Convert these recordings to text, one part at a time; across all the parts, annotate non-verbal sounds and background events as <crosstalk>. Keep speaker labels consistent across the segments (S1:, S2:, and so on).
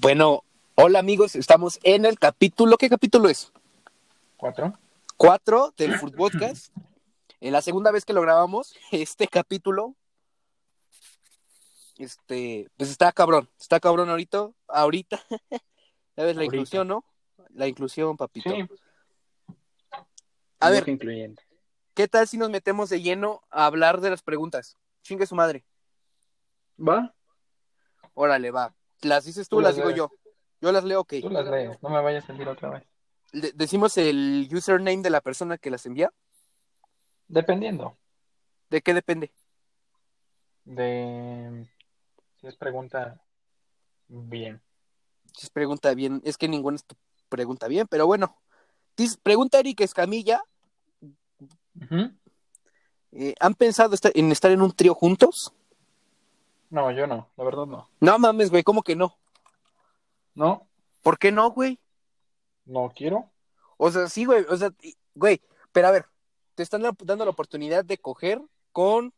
S1: Bueno, hola amigos, estamos en el capítulo. ¿Qué capítulo es?
S2: ¿Cuatro?
S1: Cuatro del
S2: <clears throat>
S1: Footbodcast. en la segunda vez que lo grabamos, <laughs> este capítulo. Este, pues está cabrón, está cabrón ahorita, ahorita. <laughs> ya ves la
S2: Ahorita.
S1: inclusión, ¿no? La inclusión, papito.
S2: Sí.
S1: A
S2: Muy
S1: ver,
S2: Incluyente.
S1: ¿qué tal si nos metemos de lleno a hablar de las preguntas? Chingue su madre.
S2: ¿Va?
S1: Órale, va. ¿Las dices tú,
S2: Tú
S1: o las
S2: las
S1: digo
S2: lees.
S1: yo? Yo las leo, ok.
S2: Tú las lees, no me vayas a salir otra vez.
S1: Le- decimos el username de la persona que las envía.
S2: Dependiendo
S1: ¿De qué depende?
S2: de si es pregunta bien.
S1: Si es pregunta bien, es que ninguna es tu- pregunta bien, pero bueno. Dice- pregunta Eric Escamilla,
S2: Ujú.
S1: eh, ¿han pensado esta- en estar en un trío juntos?
S2: No, yo no, la verdad no.
S1: No mames, güey, ¿cómo que no?
S2: No,
S1: ¿Por qué no, güey?
S2: no quiero.
S1: O sea, sí, güey, o sea, y- güey, pero a ver, te están la- dando la oportunidad de coger con,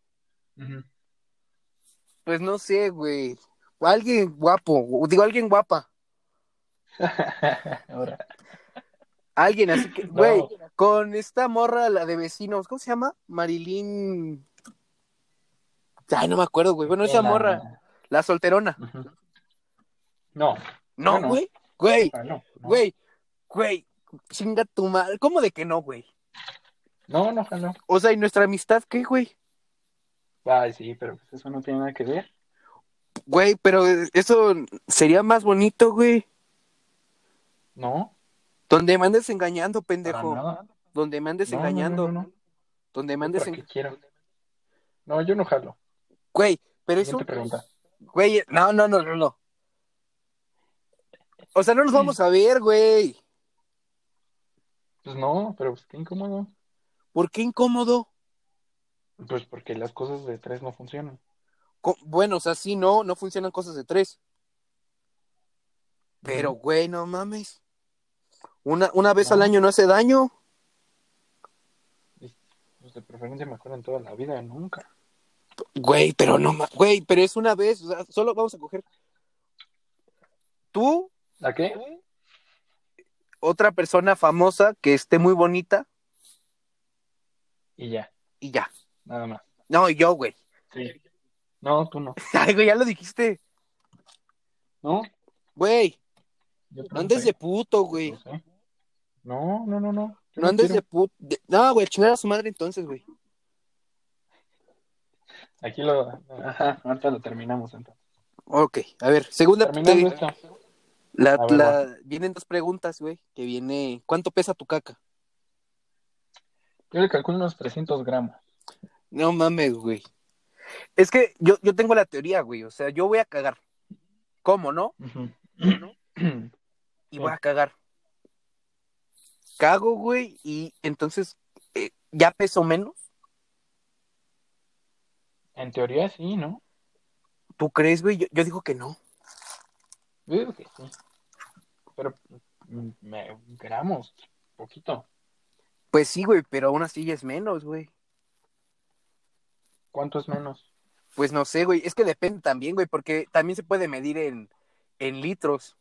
S1: pues no sé, güey, alguien guapo, o digo, alguien guapa,
S2: <laughs> Ahora.
S1: alguien así que,
S2: No.
S1: güey, con esta morra, la de vecinos, ¿cómo se llama? Marilyn. Ay, no me acuerdo, güey. Bueno, esa
S2: La-
S1: morra, la solterona.
S2: Ujú. No,
S1: No,
S2: Bueno.
S1: güey. Güey,
S2: ah, no, no.
S1: güey, güey. Chinga tu mal. ¿Cómo de que no, güey?
S2: No, no, jaló.
S1: O sea, ¿y nuestra amistad qué, güey?
S2: Ay, sí, pero pues eso no tiene nada que ver.
S1: Güey, pero eso sería más bonito, güey.
S2: No,
S1: Donde me andes engañando,
S2: para
S1: pendejo.
S2: nada.
S1: Donde me andes
S2: No, no, no,
S1: engañando.
S2: no, no.
S1: Donde me andes
S2: ¿Para qué
S1: engañando.
S2: quiero? No, yo no jalo.
S1: Güey, pero eso.
S2: Siguiente pregunta.
S1: Güey, no, no, no, no, no. O sea, no nos vamos a ver, güey.
S2: Pues no, pero pues qué incómodo.
S1: ¿Por qué incómodo?
S2: Pues porque las cosas de tres no funcionan.
S1: Co- Bueno, o sea, sí, no, no funcionan cosas de tres. Pero,
S2: Ujú.
S1: güey, no mames. Una, una vez al
S2: No.
S1: año no hace daño.
S2: Pues de preferencia me acuerdan toda la vida, nunca.
S1: Güey, pero no mames. Güey, pero es una vez. O sea, solo vamos a coger. Tú,
S2: ¿A qué?
S1: otra persona famosa que esté muy bonita
S2: Y ya,
S1: y ya.
S2: nada más.
S1: No, y yo, güey. <laughs>
S2: Sí. No, tú no.
S1: Ay, güey, ya lo dijiste.
S2: No,
S1: Güey,
S2: yo
S1: no andes de
S2: pregunté.
S1: puto, güey.
S2: No sé. No, no, no, no. Yo
S1: No andes de
S2: quiero.
S1: puto. de- No, güey, chingar a su madre entonces, güey.
S2: Aquí lo. Ajá, ahorita lo terminamos entonces.
S1: Ok, a ver, segunda.
S2: Terminando
S1: te-
S2: esto.
S1: La,
S2: A ver,
S1: la- Vienen dos preguntas, güey. Que viene. ¿Cuánto pesa tu caca?
S2: Yo le calculo unos 300 gramos.
S1: No mames, güey. Es que yo, yo tengo la teoría, güey. O sea, yo voy a cagar. ¿Cómo, no? Y voy a cagar. Cago, güey, y entonces eh, ya peso menos.
S2: <clears throat> En teoría sí, ¿no?
S1: ¿Tú crees, güey? Yo, yo digo que no.
S2: Yo digo que sí. Pero mm, me- gramos, poquito.
S1: Pues sí, güey, pero aún así ya es menos, güey.
S2: ¿Cuánto es menos?
S1: Pues no sé, güey. Es que depende también, güey, porque también se puede medir en, en litros.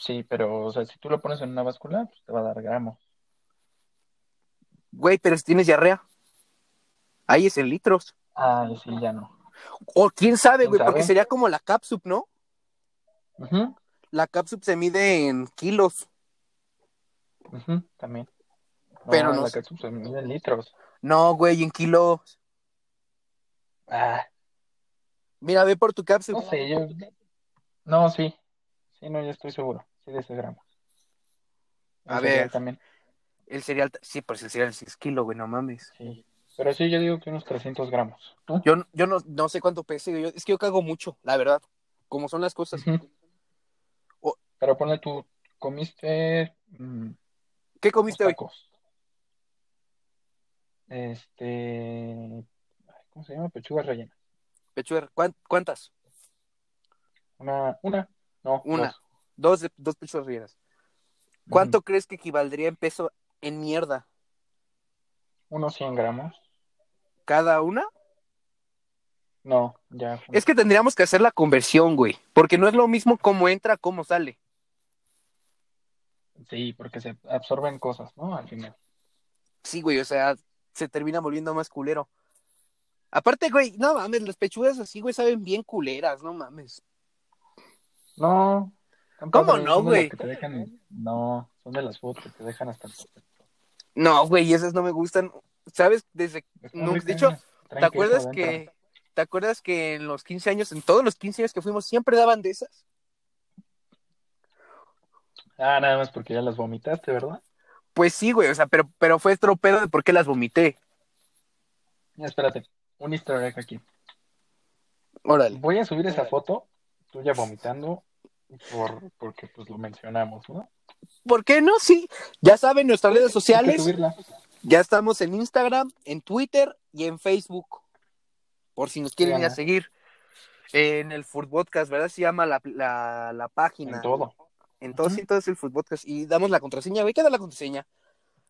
S2: Sí, pero, o sea, si tú lo pones en una báscula, pues te va a dar gramos.
S1: Güey, pero si tienes diarrea, ahí es en litros.
S2: Ay, sí, ya no.
S1: O quién sabe,
S2: ¿Quién
S1: güey, porque
S2: sabe?
S1: sería como la capsup, ¿no?
S2: Ujú,
S1: La capsup se mide en kilos.
S2: ujú, también.
S1: Pero no
S2: la
S1: sé.
S2: catsup se mide en litros.
S1: No, güey, en kilos.
S2: Ah,
S1: Mira, ve por tu cápsula.
S2: no sé, yo. No, sí. Sí, no, yo estoy seguro. Sí, de ese gramos. El
S1: A
S2: cereal
S1: ver.
S2: También.
S1: El cereal, sí, pues el cereal sí es kilo, güey, no mames.
S2: Sí. Pero sí, yo digo que unos 300 gramos. ¿Tú?
S1: Yo, yo no, no sé cuánto pese, güey, yo- es que yo cago mucho, la verdad, como son las cosas.
S2: Ujú.
S1: O-
S2: Pero ponle tú, comiste mm,
S1: ¿Qué
S2: unos
S1: comiste hoy?
S2: tacos. Este. ay, ¿Cómo se llama? Pechugas rellenas.
S1: Pechuga, ¿cuán- ¿cuántas?
S2: Una, una, no,
S1: Una.
S2: dos.
S1: Dos, de- dos pechugas rellenas. ¿Cuánto crees que equivaldría en peso en mierda?
S2: Ujú. Unos 100 gramos.
S1: ¿Cada una?
S2: No, ya.
S1: Es que tendríamos que hacer la conversión, güey. Porque no es lo mismo cómo entra, cómo sale.
S2: Sí, porque se absorben cosas, ¿no? Al final.
S1: Sí, güey, o sea, se termina volviendo más culero. Aparte, güey, no mames, las pechugas así, güey, saben bien culeras, no mames.
S2: No.
S1: ¿Cómo
S2: son
S1: no,
S2: de las
S1: güey?
S2: que te dejan- No, son de las food que te dejan hasta el
S1: No, güey, esas no me gustan. ¿Sabes? Desde.
S2: Es
S1: No,
S2: horrible,
S1: de hecho,
S2: traen
S1: ¿Te acuerdas
S2: queso adentro.
S1: que. ¿Te acuerdas que en los 15 años, en todos los 15 años que fuimos, siempre daban de esas?
S2: Ah, nada más porque ya las vomitaste, ¿verdad?
S1: Pues sí, güey, o sea, pero, pero fue otro pedo de por qué las vomité.
S2: Ya, espérate, un easter egg aquí.
S1: Órale.
S2: Voy a subir esa foto, tuya vomitando, por, porque pues lo mencionamos, ¿no?
S1: ¿Por qué no? Sí. Ya saben, nuestras redes
S2: Hay que
S1: sociales.
S2: subirla.
S1: Ya estamos en Instagram, en Twitter y en Facebook. Por si nos quieren ir a
S2: Síganos.
S1: seguir. En el Foodpodcast, ¿verdad? Se llama la, la, la página.
S2: En todo.
S1: En todos
S2: Ujú.
S1: y todas el Foodpodcast. Y damos la contraseña. Güey, ¿qué da la contraseña?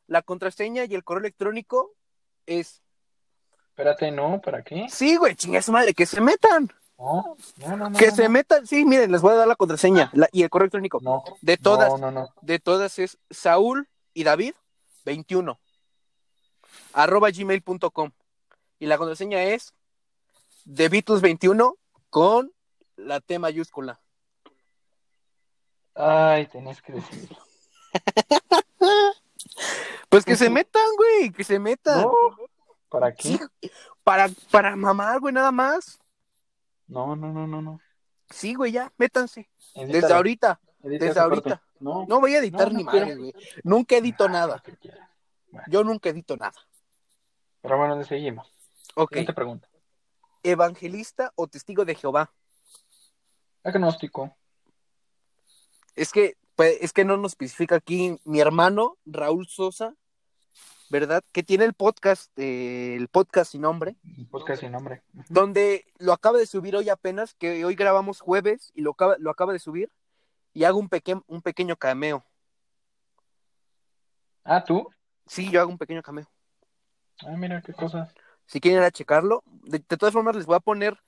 S1: La contraseña y el correo electrónico es.
S2: Espérate, no, ¿para qué?
S1: Sí, güey, chinga su madre, que se metan.
S2: No, no, no. no,
S1: que
S2: no,
S1: se metan. Sí, miren, les voy a dar la contraseña la- y el correo electrónico.
S2: No,
S1: De todas,
S2: no, no, no.
S1: de todas es Saúl y David 21 arroba gmail.com y la contraseña es The Beatles 21 con la T mayúscula.
S2: Ay, tenés que decirlo.
S1: Pues que se metan, güey, que se metan.
S2: No, ¿para qué?
S1: Sí, para, para mamar, güey, nada más.
S2: No, no, no, no, no.
S1: Sí, güey, ya, métanse.
S2: Edítalo,
S1: Desde ahorita.
S2: edita
S1: desde
S2: esa parte.
S1: ahorita.
S2: No,
S1: No voy a editar
S2: No, no
S1: ni
S2: quiero.
S1: madre, güey. Nunca edito nada.
S2: lo que quieras.
S1: Yo nunca edito nada.
S2: Pero bueno, le seguimos.
S1: Ok.
S2: Siguiente pregunta.
S1: ¿Evangelista o testigo de Jehová?
S2: Agnóstico.
S1: Es que, pues, es que no nos especifica aquí mi hermano Raúl Sosa, ¿verdad? Que tiene el podcast, eh, el podcast sin nombre,
S2: Podcast sin Pues nombre.
S1: donde lo acaba de subir hoy apenas, que hoy grabamos jueves y lo acaba, lo acaba de subir y hago un, peque- un pequeño cameo.
S2: Ah, tú.
S1: Sí, yo hago un pequeño cameo.
S2: Ah, mira qué cosas.
S1: Si quieren ir a checarlo, de, de todas formas les voy a poner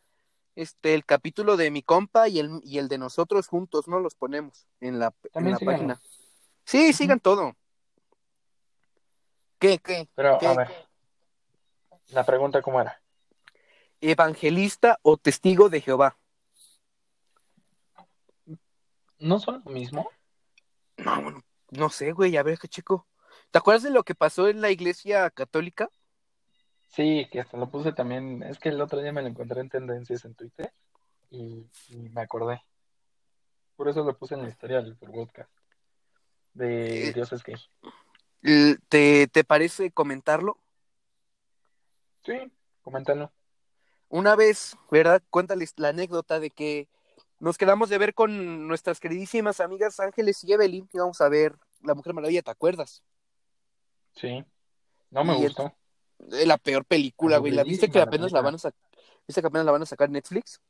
S1: este el capítulo de mi compa y el, y el de nosotros juntos, ¿no? Los ponemos en la, en
S2: También
S1: la
S2: síganlo.
S1: página. Sí, sigan todo. ¿Qué, qué?
S2: Pero
S1: ¿Qué?
S2: a ver. La pregunta cómo era.
S1: evangelista o testigo de Jehová.
S2: ¿No son lo mismo?
S1: No, bueno, no sé, güey, a ver qué chico. ¿Te acuerdas de lo que pasó en la iglesia católica?
S2: Sí, que hasta lo puse también. Es que el otro día me lo encontré en tendencias en Twitter y, y me acordé. Por eso lo puse en la historia del podcast. De
S1: Eh.
S2: Dios es gay. Mm.
S1: L- ¿Te, te parece comentarlo?
S2: Sí, coméntalo.
S1: Una vez, ¿verdad? Cuéntales la anécdota de que nos quedamos de ver con nuestras queridísimas amigas Ángeles y Evelyn. y vamos a ver La Mujer Maravilla, ¿te acuerdas?
S2: Sí. No me
S1: Y el-
S2: gustó.
S1: Eh, La peor película, güey. ¿La viste que
S2: Aburridísima la
S1: apenas la van a sacar? ¿Viste que apenas la van a sacar en Netflix?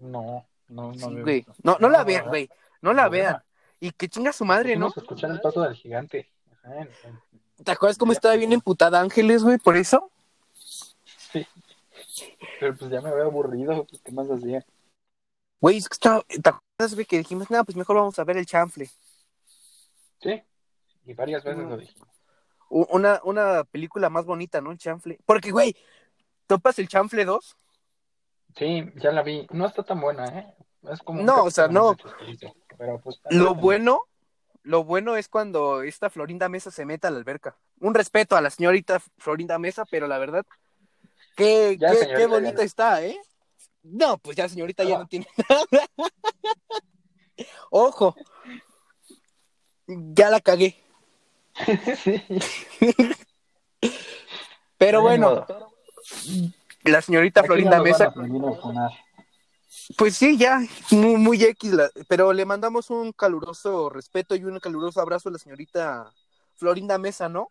S2: No, no, no.
S1: Sí,
S2: había
S1: güey.
S2: visto.
S1: No, no la
S2: No,
S1: vean,
S2: ¿verdad?
S1: güey. No la
S2: Problema.
S1: vean. Y que chinga su madre, ¿no?
S2: Fuimos a escuchar el paso del gigante. Ajá, en- en-
S1: ¿Te acuerdas cómo estaba bien emputada Ángeles, güey, por eso?
S2: Pero pues ya me había aburrido. pues, ¿Qué más hacía?
S1: Güey, es que estaba... ¿Te acuerdas, güey, que dijimos, nada, pues mejor vamos a ver el chanfle?
S2: Sí. Y varias veces
S1: No.
S2: lo dije.
S1: U- Una, una película más bonita, ¿no? El chanfle. Porque, güey, ¿topas el chanfle 2?
S2: Sí, ya la vi. No está tan buena, ¿eh? Es como un
S1: No, o sea,
S2: capítulo más de Chespirito, Pero pues. está
S1: Lo
S2: buena.
S1: bueno, lo bueno es cuando esta Florinda Mesa se meta a la alberca. Un respeto a la señorita Florinda Mesa, pero la verdad, qué,
S2: Ya,
S1: qué-
S2: señorita,
S1: qué
S2: ya
S1: bonita
S2: no.
S1: está, ¿eh? No, pues ya, señorita, ya
S2: Ah.
S1: no tiene <laughs> nada. Ojo, ya la cagué.
S2: <laughs> sí.
S1: Pero
S2: Ni
S1: bueno,
S2: modo.
S1: <laughs> la señorita
S2: Aquí
S1: Florinda
S2: no nos van a
S1: Mesa
S2: prohibir vacunar.
S1: Pues sí, ya, muy, muy X, la- pero le mandamos un caluroso respeto y un caluroso abrazo a la señorita Florinda Mesa, ¿no?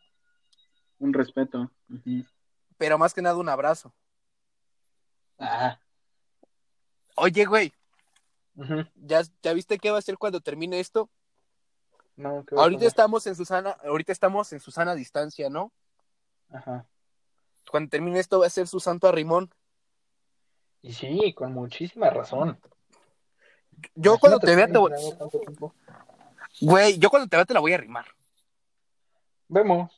S2: Un respeto. Ujú.
S1: Pero más que nada un abrazo.
S2: Ah,
S1: Oye, güey,
S2: ujú.
S1: ¿ya, ya viste qué va a ser cuando termine esto?
S2: No, ¿qué va a
S1: Ahorita
S2: pasar?
S1: estamos en Susana, ahorita estamos en Susana distancia, ¿no?
S2: Ajá.
S1: Cuando termine esto va a ser su santo arrimón.
S2: Y sí, con muchísima razón.
S1: Yo
S2: Imagínate
S1: cuando te vea,
S2: estar
S1: te voy...
S2: entrenando tanto tiempo.
S1: Güey, yo cuando te vea te la voy a arrimar.
S2: Vemos.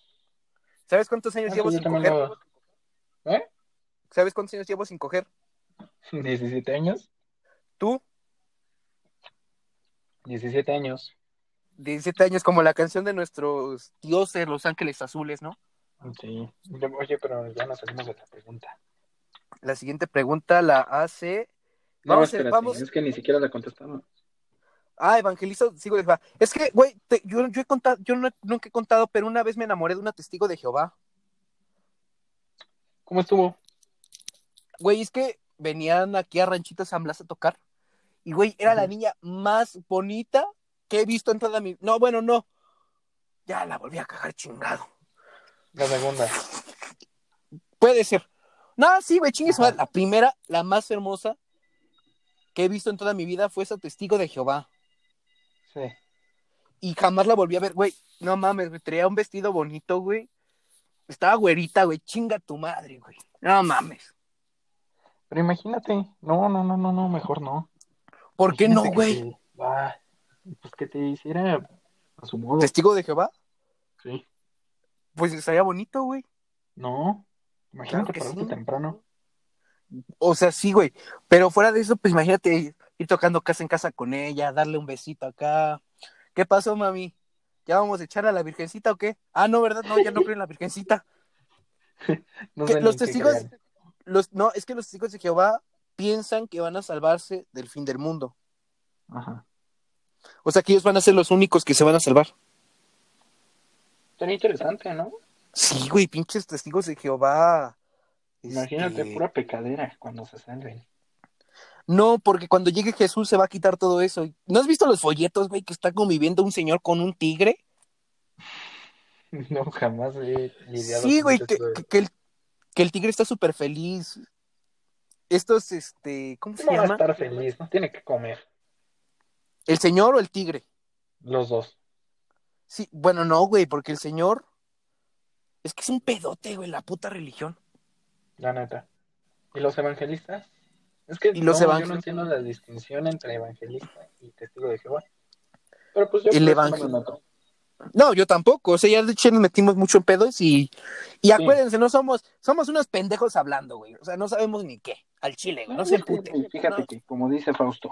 S1: ¿Sabes cuántos años
S2: Ah,
S1: llevo
S2: pues yo
S1: sin
S2: también
S1: coger?
S2: lo hago. ¿Eh?
S1: ¿Sabes cuántos años llevo sin coger?
S2: 17 años.
S1: Tú,
S2: 17 años.
S1: 17 años, como la canción de nuestros dioses, Los Ángeles Azules, ¿no?
S2: Sí. Oye, pero ya nos salimos de la pregunta.
S1: La siguiente pregunta la hace. Vamos, a- vamos.
S2: es que ni siquiera la contestamos.
S1: Ah, evangelizo, sigo de Jehová. Es que, güey, te- yo, yo he contado, yo no- nunca he contado, pero una vez me enamoré de una testigo de Jehová.
S2: ¿Cómo estuvo?
S1: Güey, es que venían aquí a Ranchito San Blas a tocar. Y, güey, era la
S2: Ujú.
S1: niña más bonita que he visto en toda mi. No, bueno, no. Ya la volví a cagar chingado.
S2: La segunda.
S1: Puede ser. No, sí, güey, chingues.
S2: Ajá.
S1: madre. La primera, la más hermosa que he visto en toda mi vida fue esa testigo de Jehová.
S2: Sí.
S1: Y jamás la volví a ver, güey. No mames, güey. Traía un vestido bonito, güey. Estaba güerita, güey. Chinga tu madre, güey. No mames.
S2: Pero imagínate. No, no, no, no, no, mejor no.
S1: ¿Por qué no,
S2: Imagínate que
S1: güey?
S2: te- ah, pues que te hiciera a su modo.
S1: ¿Testigo de Jehová?
S2: Sí.
S1: Pues estaría bonito, güey.
S2: No.
S1: Claro
S2: Imagínate
S1: que
S2: pararte
S1: sí.
S2: temprano.
S1: O sea, sí, güey. Pero fuera de eso, pues imagínate ir tocando casa en casa con ella, darle un besito acá. ¿Qué pasó, mami? ¿Ya vamos a echar a la virgencita o qué? Ah, no, ¿verdad? No, ya no creo en la virgencita.
S2: No
S1: Que
S2: sé ni
S1: los
S2: en qué
S1: testigos-
S2: crean.
S1: los, no, es que los testigos de Jehová piensan que van a salvarse del fin del mundo.
S2: Ajá.
S1: O sea, que ellos van a ser los únicos que se van a salvar.
S2: Sería interesante, ¿no?
S1: Sí, güey, pinches testigos de Jehová.
S2: Imagínate
S1: Este,
S2: pura pecadera cuando se salven.
S1: No, porque cuando llegue Jesús se va a quitar todo eso. ¿No has visto los folletos, güey, que está conviviendo un señor con un tigre?
S2: <laughs> No, jamás he lidiado
S1: Sí,
S2: con
S1: güey,
S2: muchas
S1: que,
S2: cosas.
S1: que- que el, que el tigre está súper feliz. Estos, este, ¿cómo se
S2: No va a
S1: llama?
S2: estar feliz, no tiene que comer.
S1: ¿El señor o el tigre?
S2: Los dos.
S1: Sí, bueno, no, güey, porque el señor es que es un pedote, güey, la puta religión.
S2: La neta. ¿Y los evangelistas? Es que
S1: Y los
S2: no, yo
S1: evangel-
S2: no entiendo la distinción entre evangelista y testigo de Jehová. Pero pues yo
S1: El
S2: por eso no
S1: evangel-
S2: me mato.
S1: No, yo tampoco. O sea, ya de hecho nos metimos mucho en pedos y, y acuérdense, no somos, somos unos pendejos hablando, güey. O sea, no sabemos ni qué. Al chile, güey. No se emputen.
S2: Fíjate que, como dice Fausto,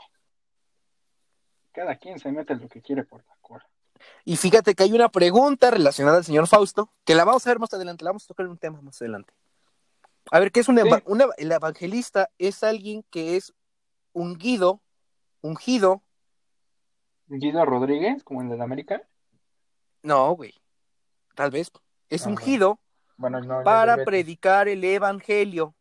S2: cada quien se mete lo que quiere por la cola.
S1: Y fíjate que hay una pregunta relacionada al señor Fausto, que la vamos a ver más adelante, la vamos a tocar en un tema más adelante. A ver, ¿qué es un, eva-
S2: Sí.
S1: un eva- el evangelista? Es alguien que es ungido, ungido.
S2: Guido Rodríguez, como el de la América.
S1: No, güey. Tal vez. Es
S2: Ajá.
S1: ungido
S2: Bueno, no. ya
S1: para
S2: del Betis.
S1: predicar el evangelio.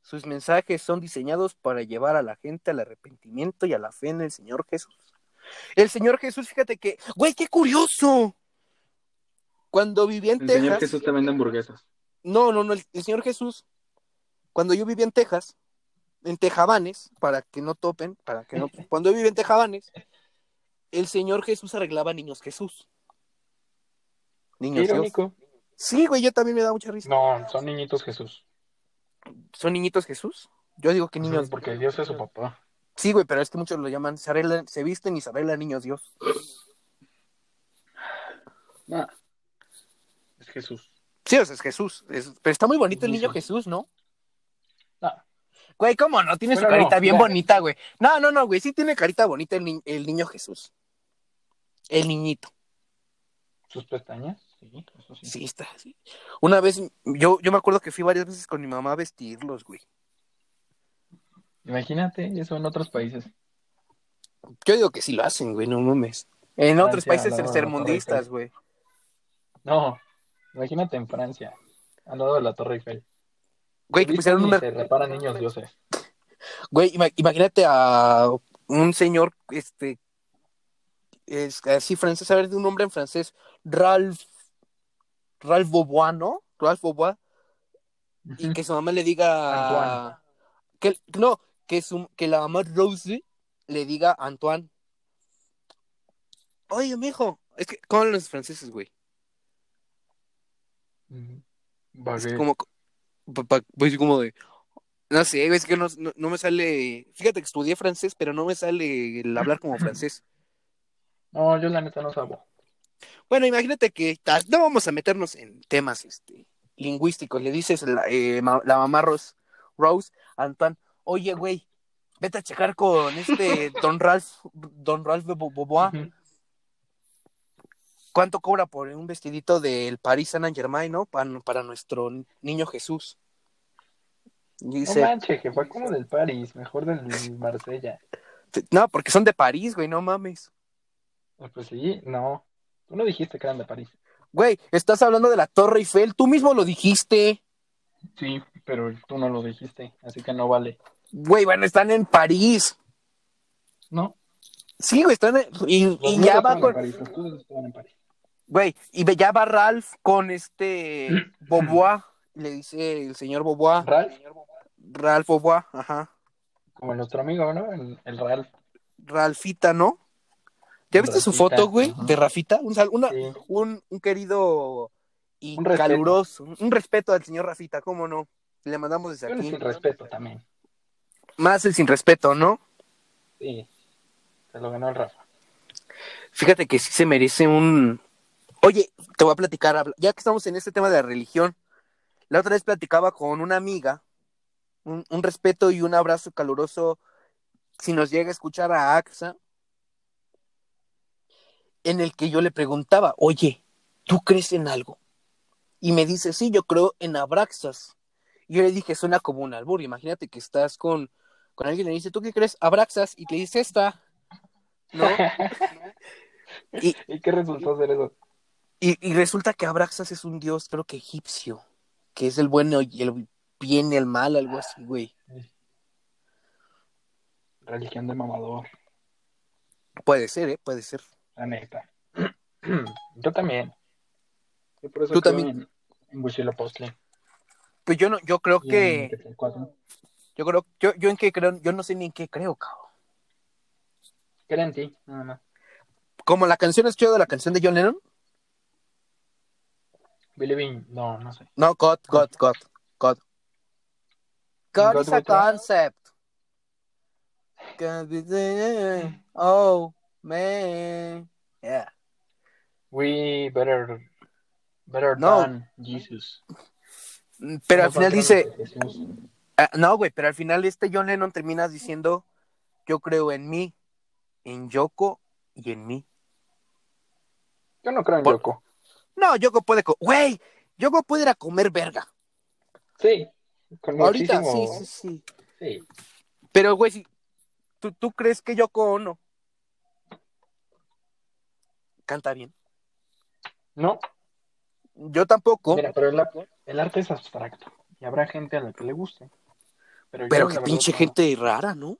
S1: Sus mensajes son diseñados para llevar a la gente al arrepentimiento y a la fe en el Señor Jesús. El Señor Jesús, fíjate que, güey, qué curioso. Cuando vivía en Texas,
S2: te vende hamburguesas.
S1: no, no, no, el, el Señor Jesús, cuando yo vivía en Texas, en Tejabanes, para que no topen, para que
S2: <laughs>
S1: no, cuando yo vivía en Tejabanes, el Señor Jesús arreglaba niños Jesús.
S2: Qué
S1: Niños Dios.
S2: irónico.
S1: Sí, güey, yo también me da mucha risa.
S2: No, son niñitos Jesús.
S1: ¿Son niñitos Jesús? Yo digo que niños.
S2: Ujú, Porque Dios es su papá.
S1: Sí, güey, pero es que muchos lo llaman, se, arreglan- se visten y se arreglan niños Dios.
S2: No. Es Jesús.
S1: Sí, o sea, es Jesús. es- pero está muy bonito el niño
S2: Sí.
S1: Jesús, ¿no?
S2: No.
S1: Güey, ¿cómo no? Tiene su
S2: Ah. Bueno,
S1: carita
S2: no,
S1: bien
S2: mira.
S1: bonita, güey. No, no, no, güey. Sí tiene carita bonita el, ni- el niño Jesús. El niñito.
S2: Sus pestañas, sí, eso sí.
S1: Sí, está. sí. Una vez, yo, yo me acuerdo que fui varias veces con mi mamá a vestirlos, güey.
S2: Imagínate eso en otros países.
S1: Yo digo que sí lo hacen, güey, no mames. En otros países
S2: Francia, no, no, no,
S1: tercermundistas,
S2: correcto.
S1: güey.
S2: No, imagínate en Francia, al lado de la Torre Eiffel.
S1: Güey, pues que pusieron un,
S2: Visten y
S1: mer-
S2: se reparan niños dioses.
S1: Güey, ima- imagínate a un señor, este, es así francés, a ver, de un hombre en francés, Ralph, Ralph Bobois, ¿no? Ralph Bobois, y
S2: <laughs>
S1: que su mamá le diga,
S2: Antoine.
S1: que, no, que su, que la mamá Rose le diga a Antoine, oye, mijo, es que, ¿cómo hablan los franceses, güey?
S2: Ujú.
S1: Es
S2: Baguette.
S1: como, pa- pa- pues como de, No sé, es que no, no- no me sale. Fíjate que estudié francés, pero no me sale el hablar como francés.
S2: No, yo la neta no sabo.
S1: Bueno, imagínate que ah, no vamos a meternos en temas este, lingüísticos. Le dices la, eh, ma- la mamá Rose, Rose, Antoine, oye, güey, vete a checar con
S2: <laughs>
S1: este Don Ralph, Don Ralph de Bo- Bobois.
S2: Ujú.
S1: ¿Cuánto cobra por un vestidito del Paris Saint Germain, no? Para, para nuestro niño Jesús. Y
S2: No
S1: dice,
S2: manches, que fue como del París, mejor del Marsella.
S1: no, porque son de París, güey, no mames.
S2: Ah, Pues sí, no. Tú no dijiste que eran de París.
S1: Güey, estás hablando de la Torre Eiffel, tú mismo lo dijiste.
S2: Sí, pero tú no lo dijiste, así que no vale.
S1: Güey, bueno, están en París.
S2: No.
S1: Sí, güey, están en... Y, y ya va con...
S2: Las cosas estaban en París.
S1: Güey, y ve- ya va Ralph con este Bobois, le dice el señor Bobois,
S2: Ralph,
S1: Ralph Bobois, ajá,
S2: como nuestro amigo, ¿no? El, el Ralph.
S1: Ralfita, ¿no? ¿Ya viste su
S2: Ralfita,
S1: foto, güey,
S2: ajá.
S1: de Rafita? Un, sal- una,
S2: Sí.
S1: un, un querido y
S2: Un respeto.
S1: caluroso, un respeto al señor Rafita, ¿cómo no? Le mandamos desde
S2: Pero es
S1: aquí.
S2: un respeto también.
S1: Más el sin respeto, ¿no?
S2: Sí. Se lo ganó el Rafa.
S1: Fíjate que sí se merece un... Oye, te voy a platicar, habla- ya que estamos en este tema de la religión, la otra vez platicaba con una amiga, un, un respeto y un abrazo caluroso, si nos llega a escuchar a AXA, en el que yo le preguntaba, oye, ¿tú crees en algo? Y me dice, sí, yo creo en Abraxas. Y yo le dije, suena como un albur, imagínate que estás con, con alguien y le dice, ¿tú qué crees? Abraxas, y te dice esta, ¿no? Y-
S2: ¿Y qué resultó hacer eso?
S1: Y, y resulta que Abraxas es un dios, creo que egipcio, que es el bueno y el bien y el mal, algo así, güey.
S2: Religión de mamador,
S1: Puede ser, ¿eh? Puede ser.
S2: la neta. Yo también. Yo por eso
S1: Tú
S2: creo
S1: también.
S2: En, en Huitzilopochtli
S1: Pues yo no, yo creo
S2: y en
S1: que,
S2: Quetzalcóatl.
S1: yo creo, yo, yo en qué creo, yo no sé ni en qué creo, cabrón.
S2: Creo en ti, nada más.
S1: Como la canción es chido de la canción de John Lennon.
S2: Billy Bean, no, no sé.
S1: No, God, God, God, God. God
S2: God
S1: is a
S2: with what?
S1: concept. Can be the- Oh, man. Yeah.
S2: We better, better
S1: No.
S2: than Jesus.
S1: Mm, Pero al
S2: Somos
S1: final
S2: más
S1: dice,
S2: grandes que Jesús.
S1: Ah, no, güey, pero al final este John Lennon termina diciendo, yo creo en mí, en Yoko y en mí.
S2: Yo no creo en
S1: Por-
S2: Yoko.
S1: No, Yoko puede, co- güey, Yoko puede ir a comer verga.
S2: Sí, con
S1: Ahorita, sí,
S2: muchísimo.
S1: sí, sí.
S2: sí.
S1: Pero, güey, si- ¿tú, ¿tú crees que Yoko o no? Canta bien.
S2: No,
S1: Yo tampoco,
S2: mira, pero el, el arte es abstracto y habrá gente a la que le guste. Pero,
S1: pero
S2: yo,
S1: qué
S2: la verdad,
S1: pinche
S2: no.
S1: gente rara, ¿no?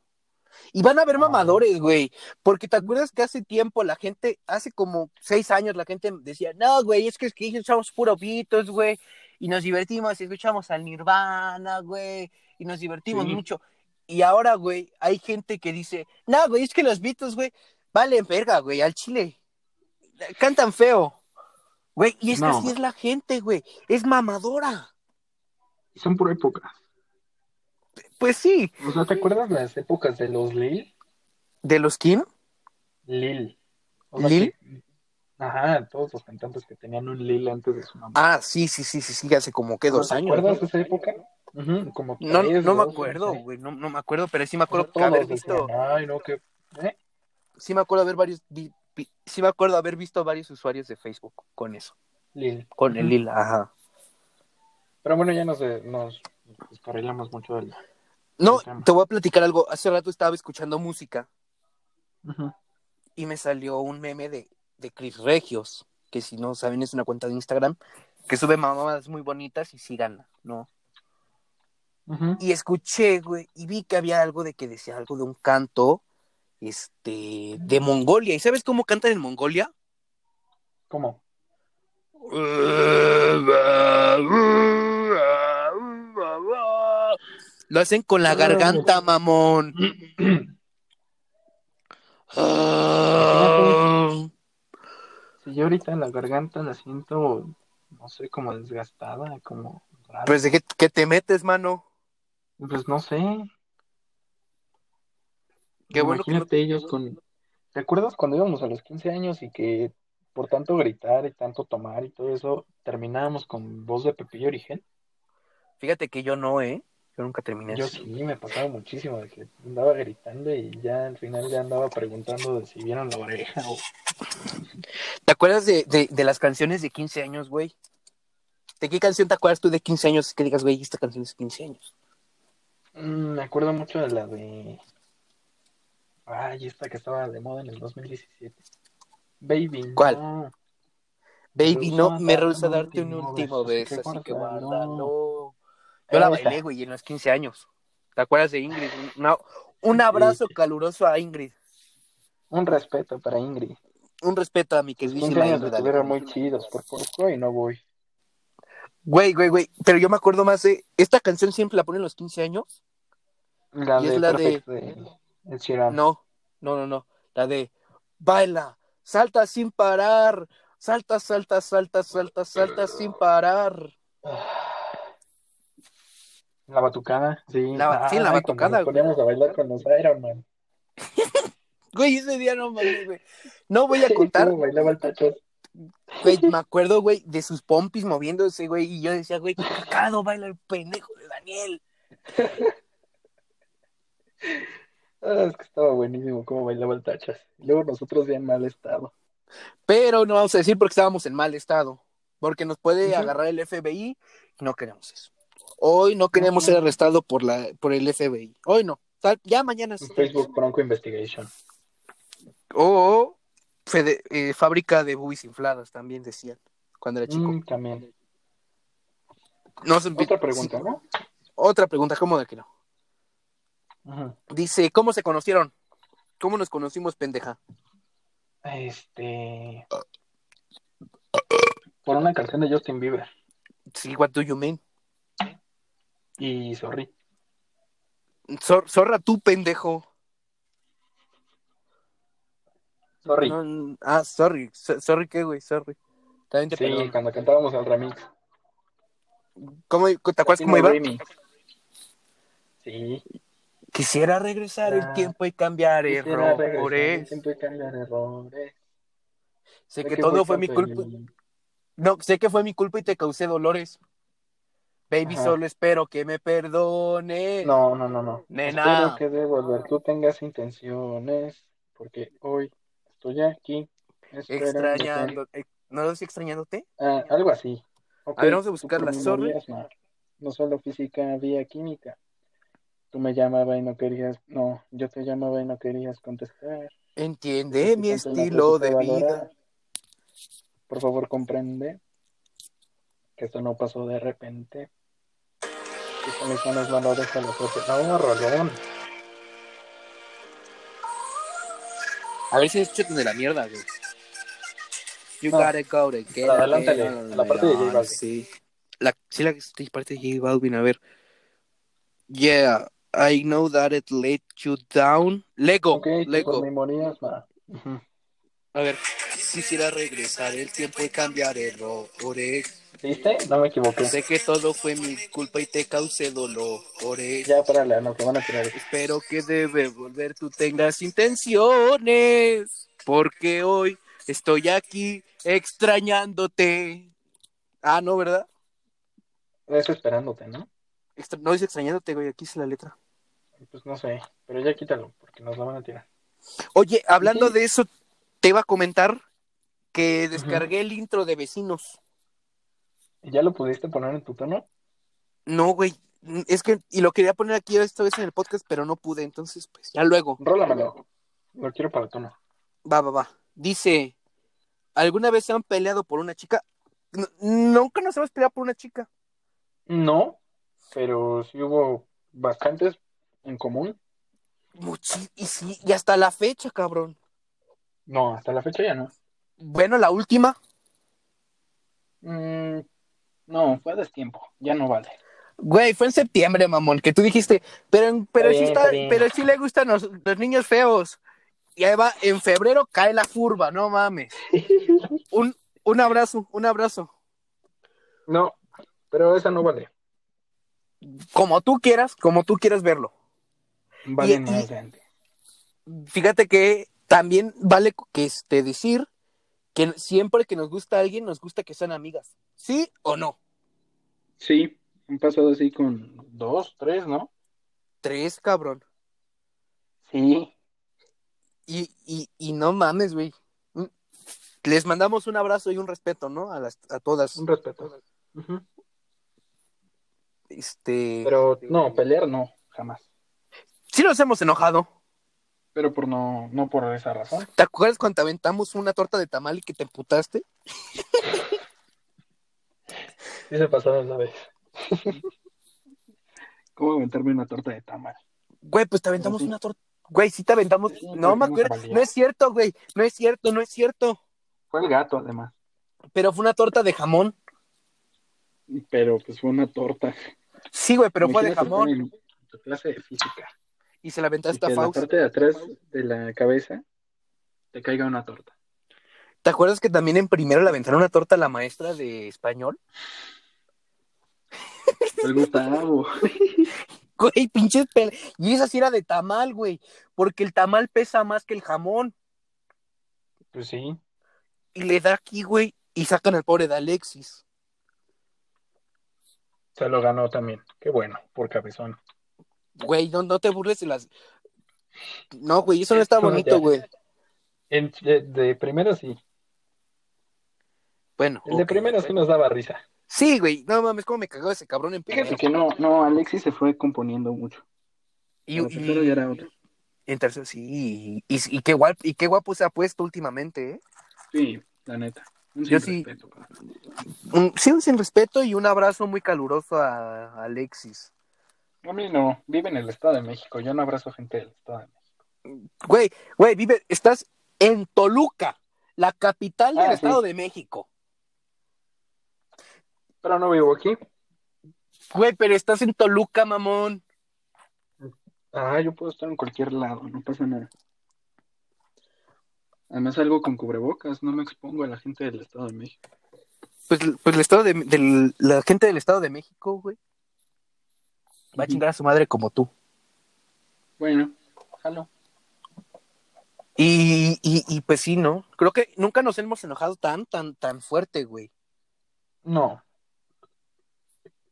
S1: Y van a haber
S2: Ah.
S1: mamadores, güey. Porque te acuerdas que hace tiempo la gente, hace como seis años, la gente decía, no, güey, es que, es que escuchamos puro Beatles, güey. Y nos divertimos, y escuchamos al Nirvana, güey. Y nos divertimos
S2: Sí.
S1: mucho. Y ahora, güey, hay gente que dice, no, güey, es que los Beatles, güey, valen verga, güey, al chile. Cantan feo. Güey, y es que
S2: No.
S1: así es la gente, güey. Es mamadora.
S2: Son por épocas.
S1: Pues sí.
S2: O sea, ¿te acuerdas las épocas de los Lil?
S1: ¿De los Kim?
S2: Lil.
S1: ¿Lil?
S2: que- ajá, todos los cantantes que tenían un Lil antes de su mamá.
S1: Ah, sí, sí, sí, sí, sí, hace como que dos
S2: ¿Te
S1: años.
S2: acuerdas de esa época? Ujú, como
S1: No,
S2: tres,
S1: no me
S2: dos,
S1: acuerdo,
S2: no sé.
S1: güey, no, no me acuerdo, pero sí me acuerdo
S2: Todos
S1: haber
S2: decían,
S1: visto,
S2: Ay, no, que... ¿eh?
S1: sí me acuerdo haber varios, vi- vi- sí me acuerdo haber visto varios usuarios de Facebook con eso,
S2: Lil.
S1: con el
S2: Ujú.
S1: lila, ajá.
S2: Pero bueno, ya nos, eh, nos descarrilamos mucho del...
S1: No,
S2: tema.
S1: te voy a platicar algo, hace rato estaba escuchando música
S2: Ujú.
S1: y me salió un meme de, de Chris Regios, que si no saben es una cuenta de Instagram, que sube mamadas muy bonitas y sí gana, ¿no?
S2: Ujú.
S1: Y escuché, güey, y vi que había algo de que decía algo de un canto, este, de Mongolia, ¿y sabes cómo cantan en Mongolia?
S2: ¿Cómo?
S1: Lo hacen con la garganta, mamón.
S2: Si yo ahorita la garganta la siento, no sé, como desgastada, como rara.
S1: Pues de qué, qué te metes, mano.
S2: Pues no sé.
S1: Qué bueno que no
S2: Imagínate ellos con... ¿Te acuerdas cuando íbamos a los 15 años y que por tanto gritar y tanto tomar y todo eso, terminábamos con voz de Pepillo Origen?
S1: Fíjate que yo no, ¿eh? Yo nunca terminé
S2: Yo
S1: así.
S2: sí, me pasaba muchísimo de que andaba gritando y ya al final ya andaba preguntando de si vieron la oreja o...
S1: ¿Te acuerdas de, de- de las canciones de 15 años, güey? ¿De qué canción te acuerdas tú de 15 años que digas, güey, esta canción es 15 años?
S2: Mm, me acuerdo mucho de la de... Ay, esta que estaba de moda en el 2017. Baby.
S1: ¿Cuál?
S2: no.
S1: Baby,
S2: Rehúso
S1: no,
S2: a
S1: me
S2: dar
S1: rehúsa a
S2: un
S1: darte un
S2: último
S1: último
S2: beso,
S1: beso, así que
S2: guárdalo.
S1: guárdalo. Yo la
S2: Esa.
S1: bailé, güey, en los 15 años. ¿Te acuerdas de Ingrid? Una- un abrazo caluroso a Ingrid.
S2: Un respeto para Ingrid.
S1: Un respeto a mi
S2: Sus
S1: queridísima
S2: 15 años
S1: Ingrid
S2: estuvieron
S1: Alejandra.
S2: muy chidos por poco y no voy.
S1: Güey, güey, güey. Pero yo me acuerdo más de. Esta canción siempre la ponen en los 15 años.
S2: La
S1: Y es
S2: de
S1: la
S2: Perfect de Ed Sheeran.
S1: No, no, no, no. La de. Baila, salta sin parar. Salta, salta, salta, salta, salta sin parar.
S2: <sighs> La batucada, sí.
S1: La- sí, la
S2: Ay, cuando
S1: batucada,
S2: nos poníamos a bailar con los Iron Man.
S1: Güey, ese día no mames, güey. No
S2: <laughs>
S1: voy a contar.
S2: ¿Cómo bailaba el tacho?
S1: Güey, me acuerdo, güey, de sus pompis moviéndose, güey. Y yo decía, güey, qué cagado baila el pendejo de Daniel.
S2: Ah, es que estaba buenísimo cómo bailaba el tachas. Y luego nosotros ya en mal estado.
S1: Pero no vamos a decir porque estábamos en mal estado. Porque nos puede
S2: Ujú.
S1: agarrar el FBI y no queremos eso. Hoy no queremos
S2: Ujú.
S1: ser arrestados por, la, por el FBI. Hoy no. Tal- Ya mañana sí.
S2: En Facebook Bronco Investigation.
S1: O fede- eh, fábrica de bubis infladas, también decían cuando era chico.
S2: Mm, también.
S1: No se-
S2: Otra pregunta,
S1: sí,
S2: ¿no?
S1: otra pregunta, ¿cómo de que no?
S2: Ujú.
S1: Dice, ¿cómo se conocieron? ¿Cómo nos conocimos, pendeja?
S2: Este. Por una canción de Justin Bieber.
S1: Sí, what do you mean?
S2: Y sorry.
S1: Zor- zorra tú, pendejo.
S2: Sorry.
S1: No, n- ah, sorry. So- sorry, ¿qué, güey? Sorry. También te
S2: sí,
S1: perdono.
S2: cuando cantábamos el remix.
S1: ¿Cómo- ¿Te acuerdas
S2: Latino
S1: cómo iba?
S2: Dreamy. Sí.
S1: Quisiera regresar el
S2: Ah,
S1: tiempo y cambiar
S2: Quisiera regresar
S1: errores.
S2: el tiempo y cambiar errores.
S1: Sé
S2: Sé
S1: que todo fue mi
S2: tanto el-
S1: culpa. No, sé que fue mi culpa y te causé dolores. Baby,
S2: Ajá.
S1: solo espero que me perdones.
S2: No, no, no, no.
S1: Nena.
S2: Espero que de volver tú tengas intenciones, porque hoy estoy aquí esperándote.
S1: Extrañando. eh, ¿No lo estoy extrañándote?
S2: Ah, algo así. Ok,
S1: A ver, vamos a
S2: tú
S1: buscar
S2: por
S1: la
S2: mí no
S1: zorra.
S2: habías, ma. No solo física, había química. Tú me llamabas y no querías, no, yo te llamaba y no querías contestar.
S1: Entiende mi
S2: Tanto no
S1: estilo
S2: supiste
S1: de vida.
S2: valorar. Por favor, comprende que esto no pasó de repente. Que también son los valores de los otros. No, Rolón.
S1: A ver si es cheto de la mierda, güey. You
S2: No.
S1: gotta go to get
S2: Adelántale,
S1: it.
S2: la parte de J Balvin.
S1: Sí, la, sí, la sí, parte de J Balvin, a ver. Yeah, I know that it let you down. Lego,
S2: Ok, tú por
S1: Lego.
S2: mí morías, ma. Ujú.
S1: A ver. Quisiera regresar el tiempo y cambiar errores.
S2: ¿Viste? No me equivoqué.
S1: Sé que todo fue mi culpa y te causé dolores.
S2: Ya, párale, no, que van a tirar.
S1: Espero que debe volver tú tengas intenciones, porque hoy estoy aquí extrañándote. Ah, no, ¿verdad?
S2: Es esperándote, ¿no?
S1: Extra- no dice extrañándote, güey, aquí es la letra.
S2: Pues no sé, pero ya quítalo, porque nos la van a tirar.
S1: Oye, hablando
S2: Sí.
S1: de eso, te iba a comentar que descargué el intro de Vecinos.
S2: ¿Y ¿Ya lo pudiste poner en tu tono?
S1: No, güey, mm, es que, y lo quería poner aquí esta vez en el podcast, pero no pude, entonces, pues, ya luego.
S2: Rólamelo. Lo quiero para tono.
S1: Va, va, va. Dice, ¿alguna vez se han peleado por una chica? N- nunca nos hemos peleado por una chica.
S2: No, pero sí hubo bastantes en común.
S1: Muchi- y sí, y hasta la fecha, cabrón.
S2: No, hasta la fecha ya no.
S1: Bueno, la última,
S2: Mm, no, fue destiempo. Ya no <laughs> vale.
S1: güey, fue en septiembre, mamón, que tú dijiste, pero, pero, sí,
S2: Está bien,
S1: está,
S2: está bien.
S1: pero sí le gustan los, los niños feos. Y ahí va, en febrero cae la furba, no mames. Un, un abrazo, un abrazo.
S2: No, pero esa no vale.
S1: Como tú quieras, como tú quieras verlo.
S2: Vale,
S1: y-
S2: más, gente.
S1: Fíjate que también vale que este, decir que siempre que nos gusta alguien, nos gusta que sean amigas. ¿Sí o no?
S2: Sí, han pasado así con dos, tres, ¿no?
S1: Tres, cabrón.
S2: Sí.
S1: Y, y, y no mames, güey. Mm. Les mandamos un abrazo y un respeto, ¿no? A, las, a todas.
S2: Un respeto. Ujú.
S1: Este,
S2: Pero no, pelear no, jamás.
S1: Sí nos hemos enojado.
S2: Pero por no, no por esa razón.
S1: ¿Te acuerdas cuando te aventamos una torta de tamal y que te emputaste?
S2: Sí se pasaron la vez. ¿Cómo aventarme una torta de tamal?
S1: Güey, pues te aventamos
S2: Sí.
S1: una torta. Güey, sí te aventamos.
S2: Sí,
S1: no
S2: pero
S1: me
S2: no
S1: acuerdo.
S2: valía.
S1: No es cierto, güey. No es cierto, no es cierto.
S2: Fue el gato, además.
S1: Pero fue una torta de jamón.
S2: Pero pues fue una torta.
S1: Sí, güey, pero fue de
S2: Imagínate
S1: jamón.
S2: estar en Tu clase de física.
S1: Y se la
S2: Y
S1: aventaste
S2: que
S1: a
S2: en la
S1: Faust.
S2: parte de atrás de la cabeza te caiga una torta.
S1: ¿Te acuerdas que también en primero le aventaron una torta a la maestra de español? <laughs>
S2: El Gustavo.
S1: Güey, pinches pele. Y esa sí era de tamal, güey. Porque el tamal pesa más que el jamón.
S2: Pues sí.
S1: Y le da aquí, güey. Y sacan al pobre de Alexis.
S2: Se lo ganó también. Qué bueno, por cabezón.
S1: Güey, no, no te burles de las. No, güey, eso no está
S2: Eso no te
S1: bonito,
S2: hace.
S1: güey.
S2: El de, de primero sí.
S1: Bueno.
S2: El de
S1: ok.
S2: primero sí nos daba risa.
S1: Sí, güey. No mames, cómo me cagó ese cabrón en primero.
S2: Fíjate que no, no, Alexis se fue componiendo mucho.
S1: Y,
S2: Pero
S1: y-
S2: primero ya era otro.
S1: en tercero, sí. Y, y- y qué guapo, y qué guapo se ha puesto últimamente, ¿eh?
S2: Sí, la neta. Un
S1: Yo sí.
S2: sin respeto.
S1: Un- sí, un sin respeto y un abrazo muy caluroso a, a Alexis.
S2: A mí no, vive en el Estado de México. Yo no abrazo gente del Estado de México.
S1: Güey, güey, vive, estás en Toluca, la capital del
S2: Ah, sí.
S1: Estado de México.
S2: Pero no vivo aquí.
S1: Güey, pero estás en Toluca, mamón.
S2: Ah, yo puedo estar en cualquier lado, no pasa nada. Además salgo con cubrebocas, no me expongo a la gente del Estado de México.
S1: Pues, pues el Estado de del- la gente del Estado de México, güey. Va a
S2: Ujú.
S1: chingar a su madre como tú.
S2: Bueno, jalo.
S1: Y, y, y pues sí, ¿no? Creo que nunca nos hemos enojado tan, tan, tan fuerte, güey.
S2: No,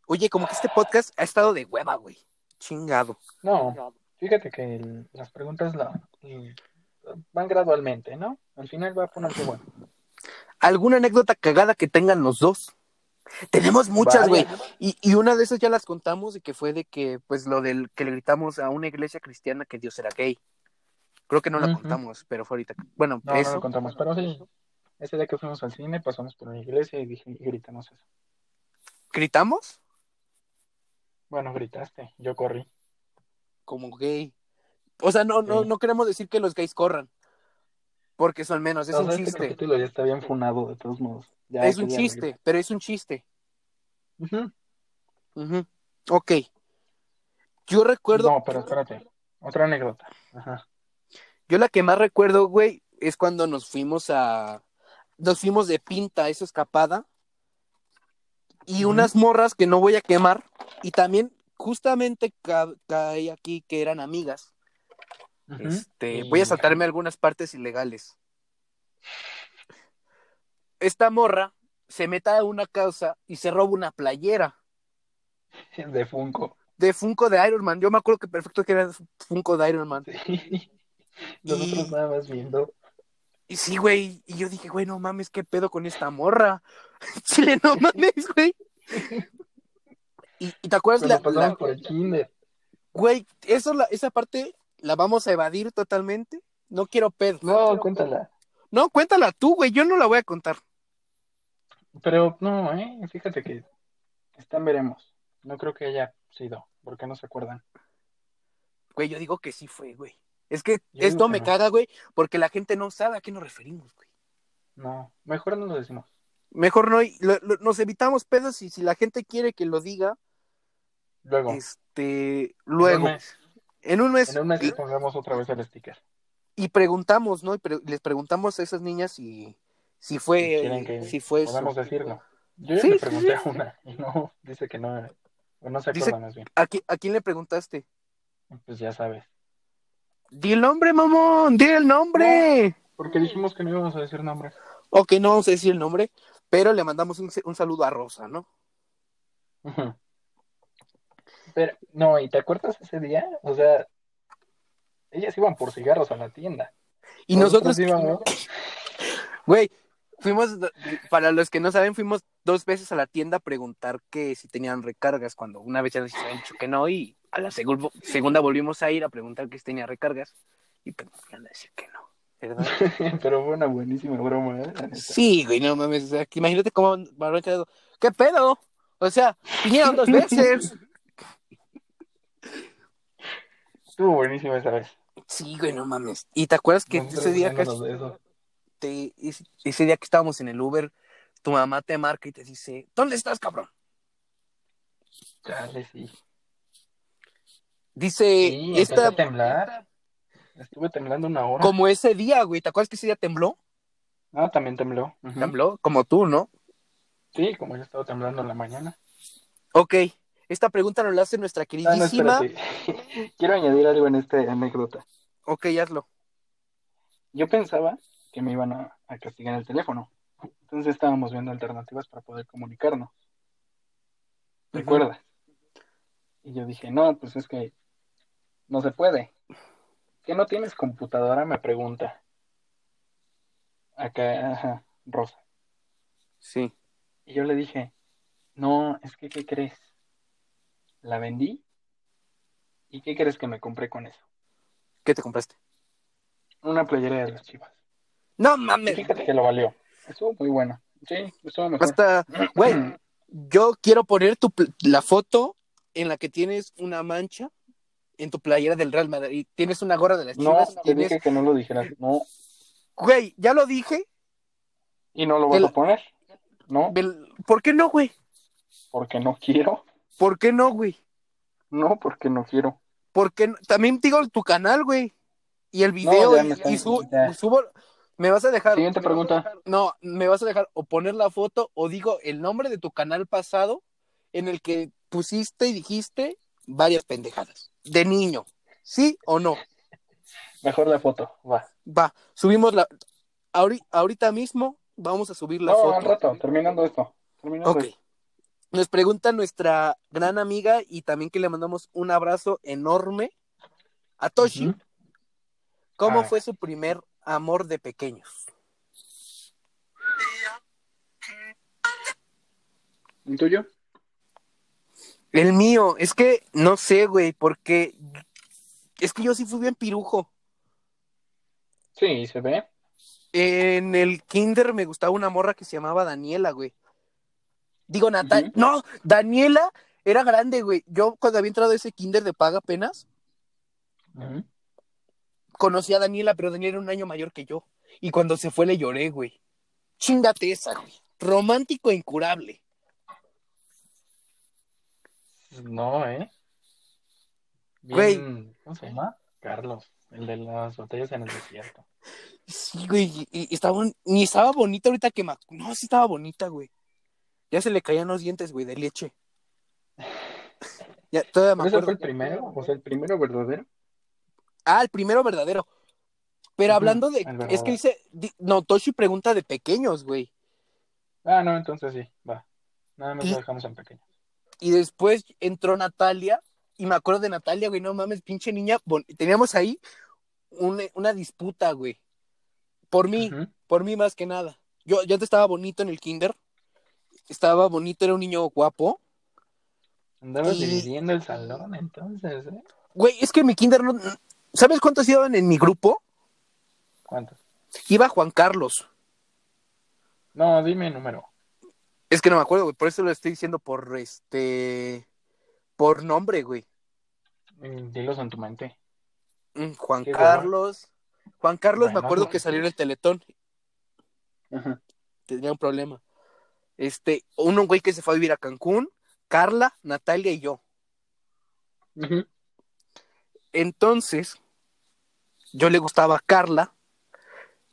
S1: Oye, como que este podcast ha estado de hueva, güey. Chingado.
S2: no. Fíjate que el- las preguntas la, el- van gradualmente, ¿no? Al final va a ponerse bueno.
S1: ¿Alguna anécdota cagada que tengan los dos? Tenemos muchas, güey.
S2: Varias.
S1: Y, y una de esas ya las contamos de que fue de que, pues, lo del que le gritamos a una iglesia cristiana que Dios era gay. Creo que no la
S2: Ujú.
S1: contamos, pero fue ahorita. Bueno,
S2: No, no
S1: eso.
S2: lo contamos, pero sí. Ese día que fuimos al cine, pasamos por una iglesia y dije, y gritamos eso.
S1: ¿Gritamos?
S2: Bueno, gritaste, yo corrí.
S1: Como gay. O sea, no, no,
S2: Sí.
S1: no queremos decir que los gays corran. Porque son menos. Es
S2: No,
S1: un
S2: este
S1: chiste.
S2: capítulo ya está bien funado, de todos modos. Ya,
S1: Es
S2: ese
S1: un
S2: día lo
S1: chiste,
S2: grité.
S1: pero es un chiste.
S2: Ujú.
S1: Ujú. Ok. Yo recuerdo,
S2: No, pero espérate. Otra anécdota. Ajá.
S1: yo la que más recuerdo, güey, es cuando nos fuimos a, nos fuimos de pinta a esa escapada y
S2: Ujú.
S1: unas morras que no voy a quemar y también justamente ca- cae aquí que eran amigas.
S2: Ujú.
S1: Este,
S2: Y-
S1: voy a saltarme algunas partes ilegales. Esta morra se meta a una causa y se roba una playera
S2: <laughs> De Funko. <laughs>
S1: de Funko de Iron Man. Yo me acuerdo que perfecto que era Funko de Iron Man.
S2: Sí. Nosotros nada más viendo.
S1: Y sí, güey. Y yo dije, güey, no mames, qué pedo con esta morra. <laughs> Chile, no mames, güey. Y, y te acuerdas,
S2: Cuando
S1: pues la,
S2: Pues pasamos
S1: la-
S2: por el kinder.
S1: güey, eso, la- esa parte la vamos a evadir totalmente. No quiero pedo.
S2: No, cuéntala.
S1: No, cuéntala tú, güey. Yo no la voy a contar.
S2: Pero no, ¿eh? Fíjate que están veremos. No creo que haya sido, porque no se acuerdan.
S1: Güey, yo digo que sí fue, güey. Es que
S2: Yo
S1: esto
S2: digo que
S1: me
S2: no.
S1: caga, güey, porque la gente no sabe a qué nos referimos, güey.
S2: No, mejor no lo decimos.
S1: Mejor no, y lo- lo- nos evitamos pedos y si la gente quiere que lo diga,
S2: Luego.
S1: este,
S2: en un
S1: luego,
S2: mes-
S1: en un mes,
S2: En un mes ¿eh? le pongamos otra vez el sticker.
S1: y preguntamos, ¿no? Y pre- les preguntamos a esas niñas si, si fue,
S2: Quieren que
S1: si fue eso.
S2: podamos decirlo. Yo ya
S1: Sí,
S2: le
S1: sí,
S2: pregunté
S1: sí.
S2: a una y no, dice que no, O no se
S1: Dice-
S2: acuerda más bien.
S1: ¿A, qui- a quién le preguntaste?
S2: Pues ya sabes.
S1: Di el nombre, mamón, di el nombre.
S2: Porque dijimos que no íbamos a decir nombres.
S1: Ok, no vamos a decir el nombre, pero le mandamos un, se- un saludo a Rosa, ¿no?
S2: Ujú. Pero, no, ¿y te acuerdas ese día? O sea, ellas iban por cigarros a la tienda.
S1: Y nosotros,
S2: íbamos.
S1: güey, fuimos, do- para los que no saben, fuimos dos veces a la tienda a preguntar que si tenían recargas, cuando una vez ya nos habían dicho que no, y a la segu- segunda volvimos a ir a preguntar que si tenía recargas, y pues nos iban a decir que no, ¿verdad?
S2: <laughs> Pero fue una buenísima broma, ¿eh? La neta.
S1: Sí, güey, no mames. O sea, que imagínate cómo me habrán quedado. ¿Qué pedo? O sea, vinieron dos veces.
S2: Estuvo buenísima esa vez.
S1: Sí, güey, no mames. ¿Y te acuerdas que
S2: Nosotros
S1: ese día que,
S2: riéndonos de eso.
S1: te- ese- ese día que estábamos en el Uber, tu mamá te marca y te dice, ¿dónde estás, cabrón?
S2: Chale, sí.
S1: Dice,
S2: Sí,
S1: y
S2: empecé
S1: Eh, esta,
S2: a temblar. Estuve temblando una hora.
S1: como ese día, güey, ¿te acuerdas que ese día tembló?
S2: Ah, también tembló. Ujú.
S1: Tembló, como tú, ¿no?
S2: Sí, como yo estaba temblando en la mañana.
S1: Ok, esta pregunta nos la hace nuestra
S2: Ah, no,
S1: queridísima.
S2: espérate. <laughs> Quiero añadir algo en esta anécdota.
S1: ok, hazlo.
S2: Yo pensaba que me iban a, a castigar el teléfono. Entonces estábamos viendo alternativas para poder comunicarnos. ¿Te
S1: Ujú.
S2: acuerdas? Y yo dije, no, pues es que no se puede. ¿Qué no tienes computadora? Me pregunta. Acá, ajá, Rosa.
S1: Sí.
S2: Y yo le dije, no, es que, ¿qué crees? La vendí. ¿Y qué crees que me compré con eso?
S1: ¿Qué te compraste?
S2: Una playera de las chivas.
S1: No
S2: Y <laughs>
S1: mames.
S2: fíjate que lo valió. Estuvo muy bueno. Sí, estuvo mejor. Mm,
S1: Hasta, Pues, güey, Yo quiero poner tu pl- la foto en la que tienes una mancha en tu playera del Real Madrid. Tienes una gorra de las
S2: No,
S1: chivas.
S2: te
S1: tienes...
S2: dije que no lo dijeras. No,
S1: Güey, ya lo dije.
S2: y no lo vas
S1: Del-
S2: a poner. No,
S1: Bel- ¿Por qué no, güey?
S2: porque no quiero.
S1: ¿Por qué no, güey?
S2: No, porque no quiero.
S1: ¿Por qué no? También digo tu canal, güey. Y el video.
S2: ya
S1: y-
S2: me están-
S1: y su-
S2: ya.
S1: subo. Me vas a dejar.
S2: Siguiente pregunta.
S1: No, me vas a dejar o poner la foto o digo el nombre de tu canal pasado en el que pusiste y dijiste varias pendejadas. De niño. ¿Sí o no?
S2: Mejor la foto, va.
S1: Va, subimos la. ahori- ahorita mismo vamos a subir la
S2: no, al
S1: foto.
S2: rato, terminando esto. Terminando
S1: Ok.
S2: esto.
S1: Nos pregunta nuestra gran amiga y también que le mandamos un abrazo enorme a Toshi.
S2: Ujú.
S1: ¿Cómo
S2: Ah.
S1: fue su primer amor de pequeños?
S2: ¿El tuyo?
S1: El mío, es que no sé, güey, porque es que yo sí fui bien pirujo.
S2: Sí, se ve.
S1: En el kinder me gustaba una morra que se llamaba Daniela, güey. Digo, Natalia.
S2: Ujú.
S1: No, Daniela era grande, güey. Yo cuando había entrado a ese kinder de paga apenas,
S2: Ujú.
S1: conocí a Daniela, pero Daniela era un año mayor que yo. Y cuando se fue le lloré, güey. Chingate esa, güey. Romántico e incurable.
S2: No, ¿eh? Bien, ¿Cómo se llama? Carlos, el de las botellas en el desierto.
S1: Sí, güey. y- y estaba, un- ni estaba bonita ahorita que ma- No, sí estaba bonita, güey. Ya se le caían los dientes, güey, de leche. Ya, todavía
S2: ¿Pero
S1: me
S2: ese fue el
S1: acuerdo.
S2: primero? O sea, el primero verdadero.
S1: Ah, el primero verdadero. Pero
S2: Ujú,
S1: hablando de.
S2: el verdadero.
S1: Es que dice. di- No, Toshi pregunta de pequeños, güey.
S2: Ah, no, entonces sí, va. Nada más
S1: Y-
S2: lo dejamos en pequeño.
S1: Y después entró Natalia, y me acuerdo de Natalia, güey, no mames, pinche niña. bon- Teníamos ahí un- una disputa, güey. Por mí,
S2: Ujú.
S1: por mí más que nada. Yo, yo antes estaba bonito en el kinder. Estaba bonito, era un niño guapo.
S2: Andabas
S1: Y-
S2: dividiendo el salón, entonces, ¿eh?
S1: Güey, es que en mi kinder no... ¿Sabes cuántos iban en mi grupo?
S2: ¿Cuántos?
S1: Iba Juan Carlos.
S2: No, dime el número.
S1: Es que no me acuerdo, güey. Por eso lo estoy diciendo por este... Por nombre, güey.
S2: Mm, Dilos en tu mente.
S1: Mm, Juan
S2: Qué hueva.
S1: Carlos. Juan Carlos me
S2: Bueno,
S1: acuerdo
S2: no.
S1: que salió en el Teletón. tenía un problema. Este, uno güey que se fue a vivir a Cancún, Carla, Natalia y yo.
S2: Ujú.
S1: Entonces, yo le gustaba a Carla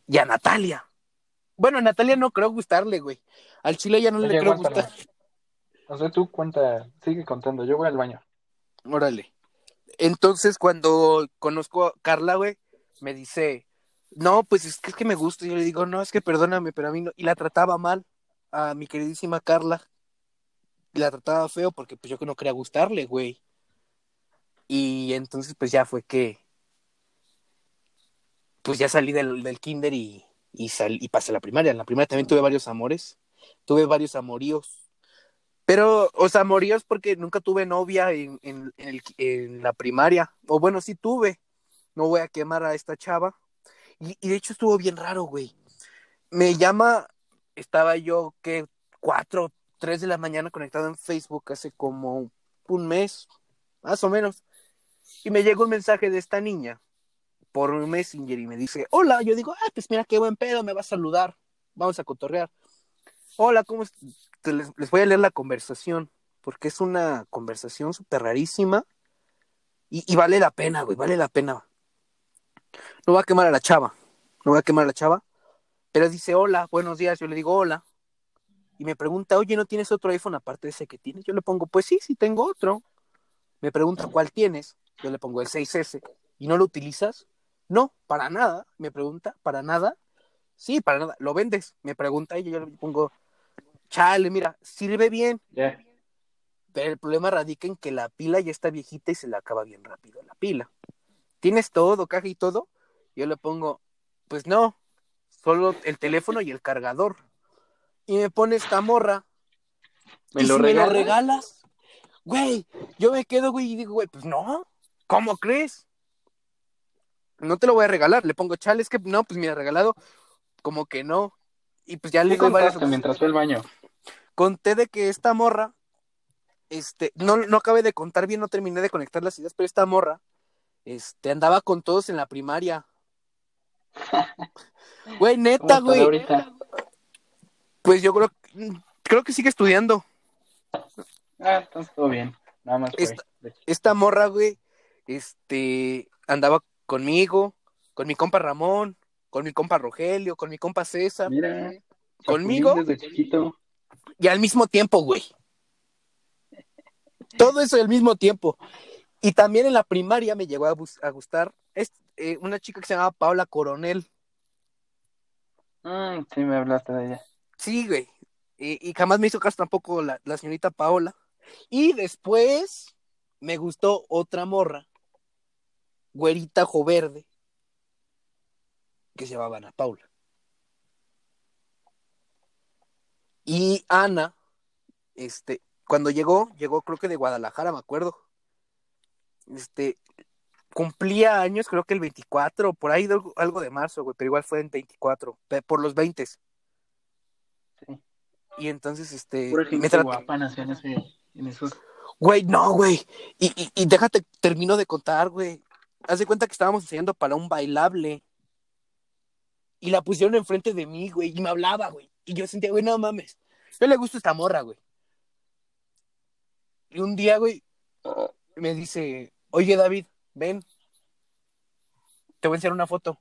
S1: y a Natalia. Bueno, a Natalia no creo gustarle, güey. Al chile ya no
S2: Oye,
S1: le creo
S2: Pues aguántalo.
S1: gustar.
S2: O sea, tú cuenta, sigue contando, yo voy al baño.
S1: Órale. Entonces, cuando conozco a Carla, güey, me dice, no, pues es que, es que me gusta. Y yo le digo, no, es que perdóname, pero a mí no. Y la trataba mal a mi queridísima Carla. La trataba feo porque pues yo que no quería gustarle, güey. Y entonces, pues ya fue que. Pues ya salí del, del kinder y, y, sal- y pasé a la primaria. En la primaria también tuve varios amores. Tuve varios amoríos. Pero, o sea, amoríos porque nunca tuve novia en, en- en el- en la primaria. O bueno, sí tuve. No voy a quemar a esta chava. Y, y de hecho estuvo bien raro, güey. Me llama, estaba yo, que Cuatro, tres de la mañana conectado en Facebook hace como un mes, más o menos. Y me llegó un mensaje de esta niña por un Messenger y me dice, hola, yo digo, ah, pues mira qué buen pedo, me va a saludar, vamos a cotorrear. Hola, ¿cómo es? Te- Les, les voy a leer la conversación, porque es una conversación súper rarísima y, y vale la pena, güey, vale la pena. No va a quemar a la chava, no va a quemar a la chava, pero dice, hola, buenos días, yo le digo, hola. Y me pregunta, oye, ¿no tienes otro iPhone aparte de ese que tienes? Yo le pongo, pues sí, sí tengo otro. Me pregunta, ¿cuál tienes? Yo le pongo el 6S. ¿Y no lo utilizas? No, para nada. Me pregunta, ¿para nada? Sí, para nada. ¿Lo vendes? Me pregunta y yo le pongo, chale, mira, sirve bien,
S2: Ya.
S1: pero el problema radica en que la pila ya está viejita y se le acaba bien rápido la pila. ¿Tienes todo, caja y todo? Yo le pongo, pues no, solo el teléfono y el cargador. Y me pone esta morra.
S2: ¿Me
S1: ¿Y
S2: lo
S1: si
S2: regalas?
S1: me lo regalas? Güey, yo me quedo, güey, y digo, güey, pues no, ¿cómo crees? No te lo voy a regalar. Le pongo, chale, es que no, pues mira, regalado, como que no. Y pues ya le
S2: ¿Qué
S1: digo varias
S2: contaste mientras fue al baño?
S1: conté de que esta morra, este, no, no acabé de contar bien, no terminé de conectar las ideas, pero esta morra, este, andaba con todos en la primaria. Güey,
S2: ¿Cómo
S1: neta,
S2: estás
S1: güey.
S2: ahorita?
S1: Pues yo creo, creo que sigue estudiando.
S2: Ah, estás todo bien. Nada más fue.
S1: Esta- Esta morra, güey, este, andaba conmigo, con mi compa Ramón, con mi compa Rogelio, con mi compa César,
S2: Mira.
S1: conmigo
S2: Chapulín Desde chiquito.
S1: y al mismo tiempo, güey. Todo eso al mismo tiempo. Y también en la primaria me llegó a, bus- a gustar es, eh, una chica que se llamaba Paula Coronel.
S2: Mm, sí, me hablaste de ella.
S1: Sí, güey. Y, y jamás me hizo caso tampoco la, la señorita Paola. Y después me gustó otra morra, güerita ojo verde, que se llamaba Ana Paula. Y Ana, este, cuando llegó, llegó creo que de Guadalajara, me acuerdo. Este, cumplía años, creo que el 24, por ahí de algo, algo de marzo, güey, pero igual fue en 24, pe- por los 20.
S2: Sí.
S1: Y entonces, este,
S2: Pura
S1: me
S2: gente
S1: trató-
S2: guapa nació en, ese, en esos.
S1: Güey, no, güey. Y, y, y déjate, termino de contar, güey. Haz de cuenta que estábamos enseñando para un bailable. Y la pusieron enfrente de mí, güey. Y me hablaba, güey. Y yo sentía, güey, no mames. Yo le gusta esta morra, güey. Y un día, güey, me dice, oye, David, ven. Te voy a enseñar una foto.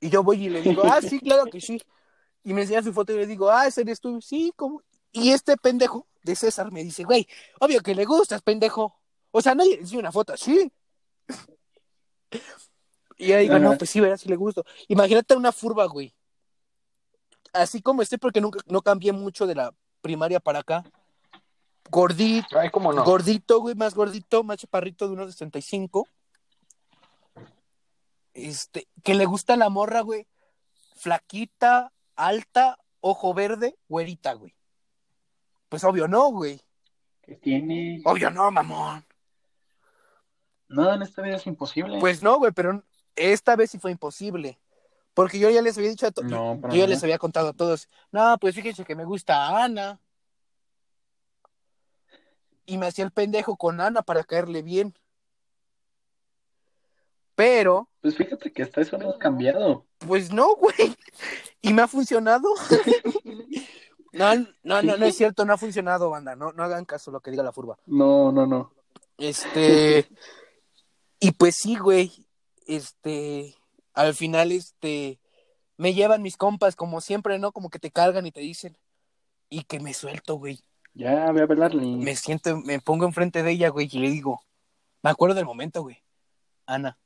S1: Y yo voy y le digo, ah, sí, claro que sí. Y me enseña su foto y le digo, ah, ese eres tú. Sí, ¿cómo? Y este pendejo de César me dice, güey, obvio que le gustas, pendejo. O sea, nadie le enseña una foto así. Y yo digo,
S2: Ajá.
S1: no, pues sí, verás si le gusto. Imagínate una furba, güey. Así como esté, porque nunca, no cambié mucho de la primaria para acá. Gordito,
S2: Ay, cómo no.
S1: gordito, güey, más gordito, más chaparrito de unos 65. Este, que le gusta la morra, güey. Flaquita, alta, ojo verde, güerita, güey. Pues obvio no, güey.
S2: ¿Qué tiene?
S1: Obvio no, mamón.
S2: Nada en esta vida es imposible.
S1: Pues no, güey, pero esta vez sí fue imposible. Porque yo ya les había dicho a todos.
S2: No, para
S1: Yo ya
S2: nada.
S1: les había contado a todos. No, pues fíjense que me gusta Ana. Y me hacía el pendejo con Ana para caerle bien. Pero,
S2: Pues fíjate que hasta eso no ha cambiado.
S1: pues no, <laughs> güey. Y me ha
S2: <laughs>
S1: funcionado. No, no, no, no es cierto, no ha funcionado, banda. No, no hagan caso a lo que diga la furba.
S2: No, no, no.
S1: Este. Y pues sí, güey. Este. Al final, este. Me llevan mis compas, como siempre, ¿no? Como que te cargan y te dicen. Y que me suelto, güey.
S2: Ya, voy a velarle.
S1: Me siento, me pongo enfrente de ella, güey, y le digo, me acuerdo del momento, güey. Ana,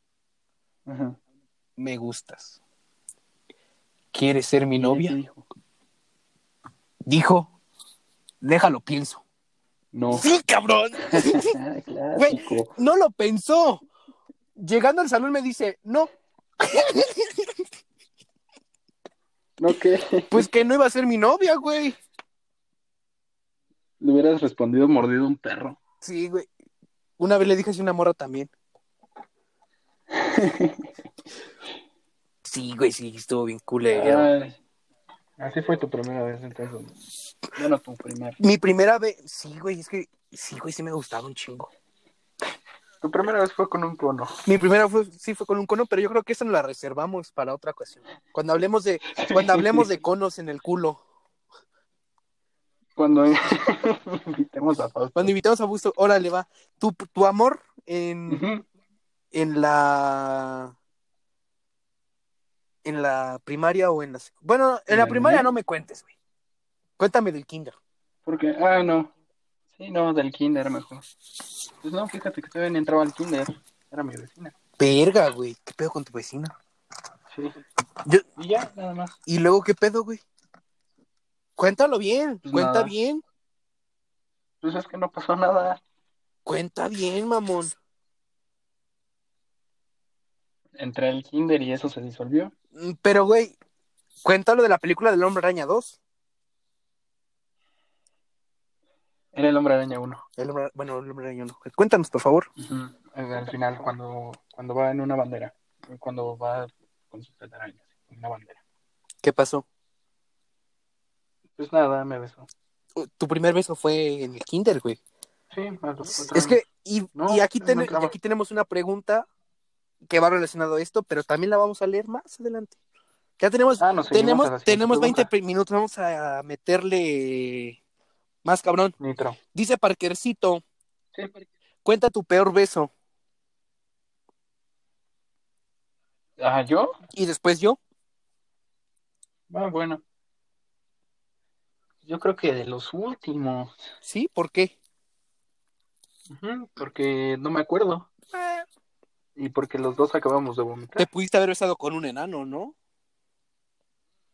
S2: Ajá.
S1: me gustas. ¿Quieres ser mi novia?
S2: ¿Qué dijo?
S1: Dijo, déjalo, pienso.
S2: No.
S1: Sí, cabrón.
S2: <laughs> Ah, Clásico.
S1: No lo pensó. Llegando al salón me dice, no, <laughs>
S2: No, que
S1: pues que no iba a ser mi novia, güey.
S2: le hubieras respondido mordido a un perro.
S1: Sí, güey. Una vez le dije así a una morra también. Sí, güey, sí, estuvo bien culero.
S2: Ay. Así fue tu primera vez entonces. Bueno, tu primera.
S1: Mi primera vez, sí, güey, es que sí, güey, sí me gustaba un chingo.
S2: Tu primera vez fue con un cono.
S1: Mi primera fue, sí fue con un cono, pero yo creo que esa nos la reservamos para otra ocasión. Cuando hablemos de, <laughs> cuando hablemos de conos en el culo.
S2: Cuando <laughs> invitemos a Fausto.
S1: Cuando invitamos a Busto, órale, va. Tu, tu amor en,
S2: Ujú.
S1: en la en la primaria o en la sec- bueno en
S2: ¿En
S1: la
S2: la
S1: primaria
S2: primaria?
S1: no me cuentes güey cuéntame del kinder
S2: Porque, ah, no. Sí, no, del kinder mejor. Pues no, fíjate que todavía ni entraba al kinder. Era mi vecina.
S1: verga güey qué pedo con tu vecina
S2: Sí.
S1: Yo-
S2: Y ya, nada más.
S1: y luego qué pedo güey cuéntalo bien
S2: Pues
S1: cuenta
S2: nada.
S1: bien
S2: Pues es que no pasó nada.
S1: cuenta bien mamón
S2: Entré al kinder y eso se disolvió.
S1: Mm, pero güey cuéntalo de la película del hombre araña 2
S2: Era el hombre araña uno.
S1: El hombre- bueno el hombre araña 1 cuéntanos por favor
S2: Ujú. Al final, cuando, cuando va en una bandera. Cuando va con sus telarañas. En una bandera.
S1: qué pasó
S2: Pues nada, me besó.
S1: Uh, tu primer beso fue en el kinder güey
S2: Sí, a los cuatro
S1: Es
S2: años.
S1: que, y,
S2: No,
S1: y aquí,
S2: no
S1: ten- y
S2: entraba.
S1: aquí tenemos una pregunta que va relacionado a esto, pero también la vamos a leer más adelante. Ya tenemos,
S2: Ah, nos seguimos a la
S1: tenemos,
S2: siguiente
S1: tenemos 20
S2: pregunta.
S1: pre- minutos, vamos a meterle más cabrón.
S2: Nitro.
S1: Dice Parkercito,
S2: Sí.
S1: cuenta tu peor beso.
S2: Ah, ¿yo?
S1: Y después yo,
S2: Ah, bueno. Yo creo que de los últimos.
S1: ¿sí? ¿Por qué?
S2: Ujú, Porque no me acuerdo.
S1: Eh,
S2: Y porque los dos acabamos de
S1: Te
S2: vomitar.
S1: pudiste haber besado con un enano, ¿no?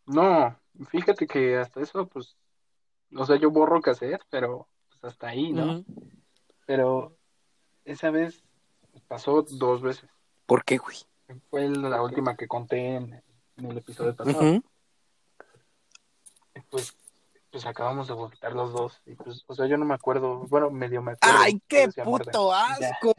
S2: No, fíjate que hasta eso, pues. O sea, yo borro cassette, pero pues hasta ahí, ¿no?
S1: Ujú.
S2: Pero esa vez pasó dos veces.
S1: ¿Por qué, güey?
S2: Fue la última que conté en, en el episodio pasado.
S1: Ujú.
S2: Pues, pues acabamos de vomitar los dos. Y pues, o sea, yo no me acuerdo. Bueno, medio me acuerdo.
S1: ¡Ay, qué
S2: Parecía muerte.
S1: puto asco!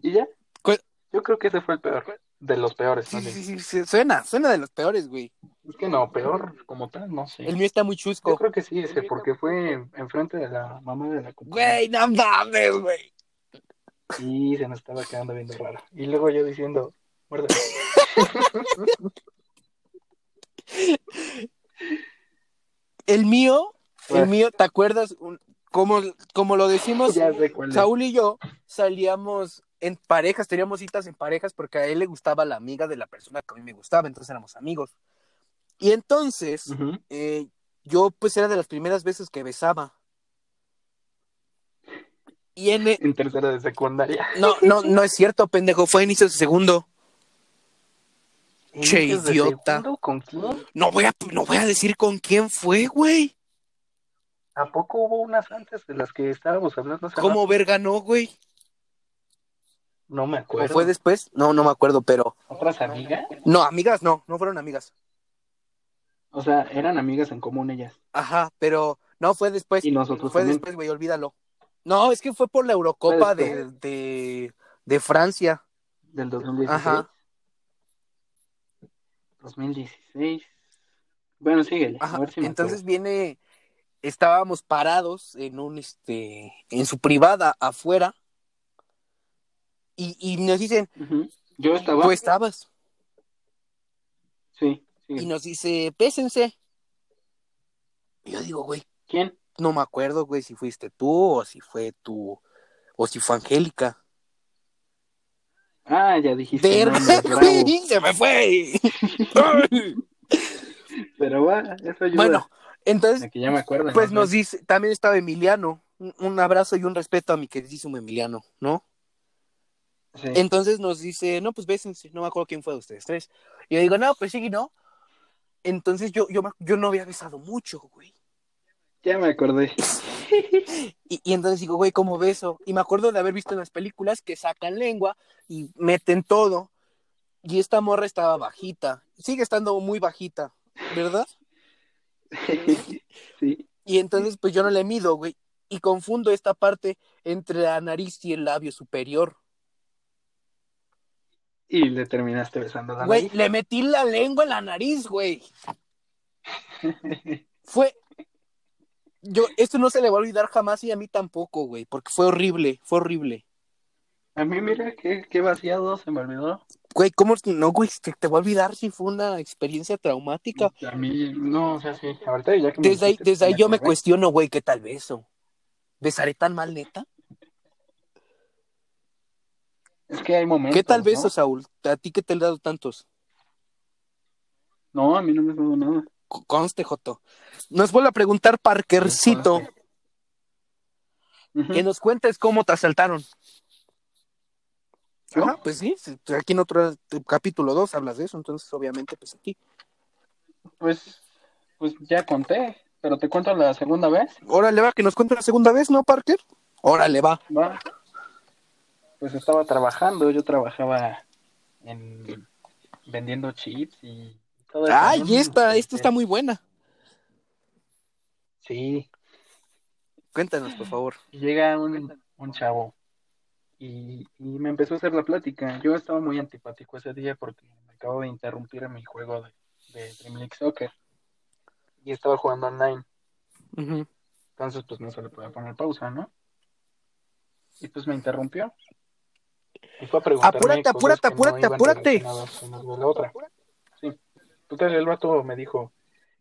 S2: ¿Y ya?
S1: ¿Cuál?
S2: Yo creo que ese fue el peor. De los peores,
S1: Sí,
S2: más bien.
S1: sí, sí, sí, suena, suena de los peores, güey.
S2: Es que no, peor como tal, no sé.
S1: El mío está muy
S2: Yo
S1: chusco.
S2: creo que sí, ese, porque fue enfrente de la mamá de la compañera.
S1: Güey, no mames, güey.
S2: Y se nos estaba quedando viendo raro. Y luego yo diciendo, muerde.
S1: El mío,
S2: Pues.
S1: el mío, ¿te acuerdas? Un- como, como lo decimos,
S2: Ya sé cuál
S1: Pues,
S2: es.
S1: Saúl y yo salíamos en parejas, teníamos citas en parejas porque a él le gustaba la amiga de la persona que a mí me gustaba, entonces éramos amigos. Y entonces,
S2: Ujú.
S1: eh, yo pues era de las primeras veces que besaba. Y en... e-
S2: En tercera de secundaria.
S1: No, no, no es cierto, pendejo, fue a inicios de segundo. Che,
S2: ¿Inicios de
S1: idiota.
S2: segundo ¿Con quién?
S1: No voy a, no voy a decir con quién fue, güey.
S2: ¿A poco hubo unas antes de las que estábamos hablando? hace rato?
S1: ¿Cómo verga no, güey?
S2: No me
S1: ¿O
S2: acuerdo.
S1: fue después? No, no me acuerdo, pero...
S2: ¿Otras amigas?
S1: No, amigas no, no fueron amigas.
S2: O sea, eran amigas en común ellas.
S1: Ajá, pero no fue después.
S2: Y nosotros
S1: Pues, Fue
S2: también.
S1: después, güey, olvídalo. No, es que fue por la Eurocopa
S2: Fue
S1: de, de, de Francia.
S2: Del 2016.
S1: Ajá.
S2: 2016. Bueno, síguele.
S1: Ajá.
S2: A ver si me
S1: Entonces viene, estábamos parados en un, este, en su privada afuera. Y, y nos dicen,
S2: acuerdo. Ujú. Yo estaba.
S1: tú estabas. pues,
S2: Sí.
S1: Y
S2: síguele.
S1: nos dice, pésense. Y yo digo, güey,
S2: ¿Quién?
S1: no me acuerdo, güey, si fuiste tú o si fue tú o si fue Angélica.
S2: Ah, ya dijiste.
S1: Verga, <laughs>
S2: <laughs> nombres, bravo.
S1: güey, se me fue.
S2: Pero va, eso
S1: <laughs>
S2: ayuda.
S1: Bueno, entonces,
S2: a que ya me acuerdo.
S1: pues nos dice, también estaba Emiliano. Un, un abrazo y un respeto a mi queridísimo Emiliano, ¿no? Entonces nos dice, no, pues bésense, no me acuerdo quién fue de ustedes tres. Y yo digo, no, pues sí, no. Entonces yo, yo, me- yo no había besado mucho, güey.
S2: Ya me
S1: <laughs>
S2: acordé.
S1: Y, y entonces digo, güey, ¿cómo beso? Y me acuerdo de haber visto en las películas que sacan lengua y meten todo. Y esta morra estaba bajita. Sigue estando muy bajita, ¿verdad?
S2: sí.
S1: Y entonces, pues yo no le mido, güey. Y confundo esta parte entre la nariz y el labio superior.
S2: Y le terminaste besando la
S1: Güey,
S2: nariz.
S1: le metí la lengua en la nariz, güey. Fue. Yo, esto no se le va a olvidar jamás y a mí tampoco, güey, porque fue horrible, fue horrible.
S2: <laughs> A mí, mira, qué, qué vaciado se me olvidó.
S1: Güey, ¿cómo no, güey? Te, te va a olvidar si fue una experiencia traumática.
S2: A mí, no, o sea, sí. Ahorita ya que Mm, me
S1: Desde ahí,
S2: dijiste,
S1: desde ahí yo me
S2: acordé.
S1: cuestiono, güey, ¿qué tal beso? ¿Besaré tan mal, neta?
S2: Es que hay momentos.
S1: ¿Qué tal
S2: ¿no?
S1: beso, Saúl? ¿A ti que te he dado tantos?
S2: No, a mí no me pasó nada.
S1: C- Conste, Joto. Nos vuelve a preguntar Parkercito,
S2: Ujú.
S1: que nos cuentes cómo te asaltaron.
S2: ¿Yo?
S1: Ajá, pues sí, sí, aquí en otro tu capítulo 2 hablas de eso, entonces obviamente pues aquí.
S2: Pues, pues ya conté, pero te cuento la segunda vez,
S1: Órale va, que nos cuente la segunda vez, ¿no, Parker? Órale va.
S2: va. Pues estaba trabajando, yo trabajaba en vendiendo chips y todo eso.
S1: Ay,
S2: ¿no?
S1: Ah, esta, esta
S2: Este,
S1: está muy buena.
S2: Sí,
S1: Cuéntanos, por favor.
S2: y llega un, un chavo y, y me empezó a hacer la plática. Yo estaba muy antipático ese día porque me acabo de interrumpir en mi juego de, de Dream League Soccer y estaba jugando online. Entonces, pues no se le podía poner pausa, ¿no? Y pues me interrumpió. Y fue a preguntarme
S1: Apúrate,
S2: cosas
S1: apúrate,
S2: que
S1: apúrate,
S2: no iban
S1: apúrate.
S2: relacionadas una de la otra. Sí. Total, el vato me dijo,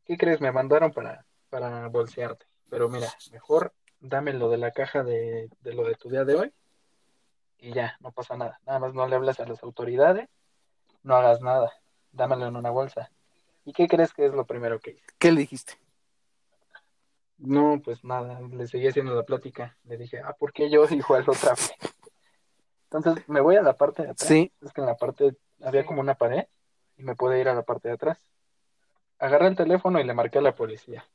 S2: ¿qué crees? Me mandaron para, para bolsearte. Pero mira, mejor dame lo de la caja de, de lo de tu día de hoy y ya, no pasa nada. Nada más no le hablas a las autoridades, no hagas nada. Dámelo en una bolsa. ¿Y qué crees que es lo primero que hice?
S1: ¿Qué le dijiste?
S2: No, pues nada, le seguí haciendo la plática. Le dije, ah, ¿por qué yo igual otra vez? Entonces me voy a la parte de atrás.
S1: Sí.
S2: Es que en la parte había como una pared y me pude ir a la parte de atrás. Agarré el teléfono y le marqué a la policía.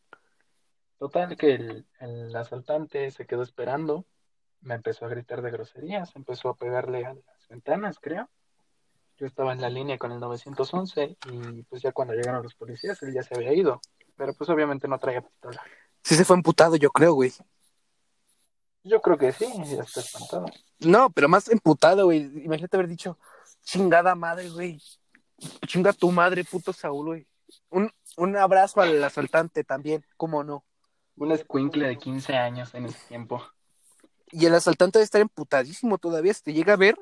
S2: Total que el, el asaltante se quedó esperando, me empezó a gritar de groserías, empezó a pegarle a las ventanas, creo. Yo estaba en la línea con el 911 y pues ya cuando llegaron los policías él ya se había ido, pero pues obviamente no traía pistola.
S1: Sí se fue emputado, yo creo, güey.
S2: Yo creo que sí, ya está espantado.
S1: No, pero más emputado, güey. Imagínate haber dicho, chingada madre, güey. Chinga tu madre, puto Saúl, güey. Un, un abrazo al asaltante también, cómo no.
S2: Un escuincle de 15 años en ese tiempo.
S1: Y el asaltante debe estar emputadísimo todavía. Si te llega a ver,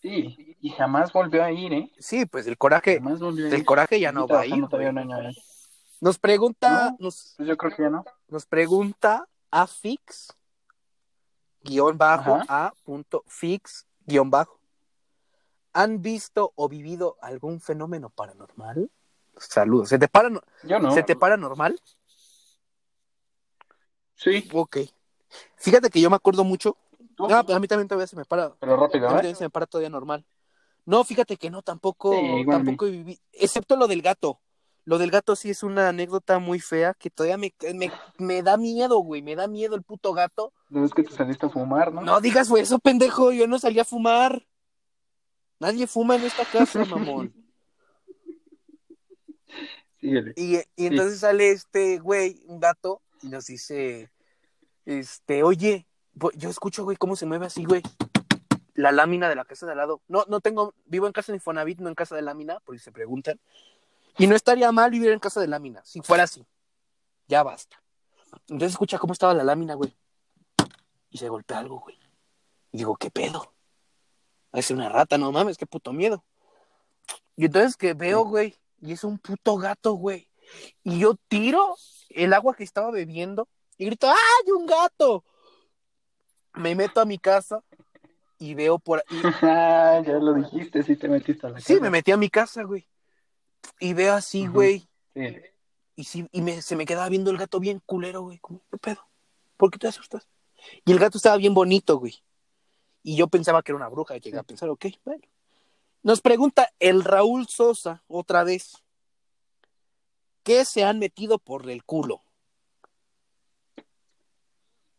S2: Sí, y jamás volvió a ir, ¿eh?
S1: sí, pues el coraje,
S2: Jamás volvió a ir.
S1: el coraje ya
S2: Seguí
S1: no va a
S2: trabajando
S1: ir,
S2: todavía
S1: güey.
S2: un año ahí.
S1: Nos pregunta, nos,
S2: Pues yo creo que ya no.
S1: Nos pregunta afix guión bajo a punto fix guión bajo. ¿Han visto o vivido algún fenómeno paranormal? Saludos. ¿Se te para,
S2: Yo no.
S1: ¿se te para normal?
S2: Sí,
S1: Ok. Fíjate que yo me acuerdo mucho.
S2: tú.
S1: No, pues, pero a mí también todavía se me para. A mí
S2: pero rápido, ¿eh?
S1: también se me para todavía normal. No, fíjate que no, tampoco,
S2: Sí, igual a mí.
S1: tampoco viví. Excepto lo del gato. Lo del gato sí es una anécdota muy fea que todavía me, me, me da miedo, güey. Me da miedo el puto gato.
S2: No es que te saliste a fumar, ¿no?
S1: No digas güey, eso, pendejo. Yo no salí a fumar. Nadie fuma en esta casa, mamón.
S2: Síguele. <laughs>
S1: Y, eh, y entonces sale este güey, un gato, y nos dice, este, oye, bo- yo escucho, güey, cómo se mueve así, güey. La lámina de la casa de al lado. No, no tengo, vivo en casa de Infonavit, no en casa de lámina, por si se preguntan. Y no estaría mal vivir en casa de lámina, si fuera así. Ya basta. Entonces escucha cómo estaba la lámina, güey. Y se golpea algo, güey. Y digo, ¿qué pedo? Es una rata, no mames, qué puto miedo. Y entonces que veo, güey, y es un puto gato, güey. Y yo tiro el agua que estaba bebiendo y grito, ¡ay, un gato! Me meto a mi casa y veo por ahí.
S2: Ah, ya lo dijiste, sí te metiste a la
S1: Sí,
S2: casa.
S1: me metí a mi casa, güey. Y veo así,
S2: Ujú.
S1: güey,
S2: Sí.
S1: Y, sí, y me, se me quedaba viendo el gato bien culero, güey. Como, ¿Qué pedo? ¿Por qué te asustas? Y el gato estaba bien bonito, güey. Y yo pensaba que era una bruja. Llegué a pensar, ok, bueno. Nos pregunta el Raúl Sosa otra vez. ¿Qué se han metido por el culo?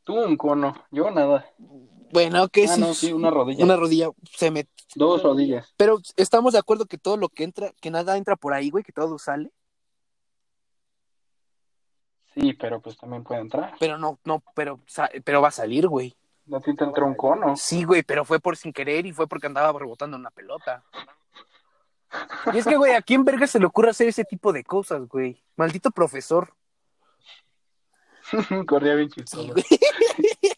S2: Tú un cono, yo nada.
S1: Bueno, que
S2: Ah,
S1: sí,
S2: no, sí, una rodilla.
S1: una rodilla se me
S2: Dos rodillas.
S1: Pero estamos de acuerdo que todo lo que entra, que nada entra por ahí, güey, que todo sale,
S2: Sí, pero pues también puede entrar.
S1: pero no, no, pero, sa- pero va a salir, güey.
S2: No te entra un cono. <laughs>
S1: Sí, güey, pero fue por sin querer y fue porque andaba rebotando una pelota. Y es que, güey, ¿a quién verga se le ocurre hacer ese tipo de cosas, güey? Maldito profesor.
S2: Corría bien
S1: Sí,
S2: chistoso.
S1: güey. <laughs>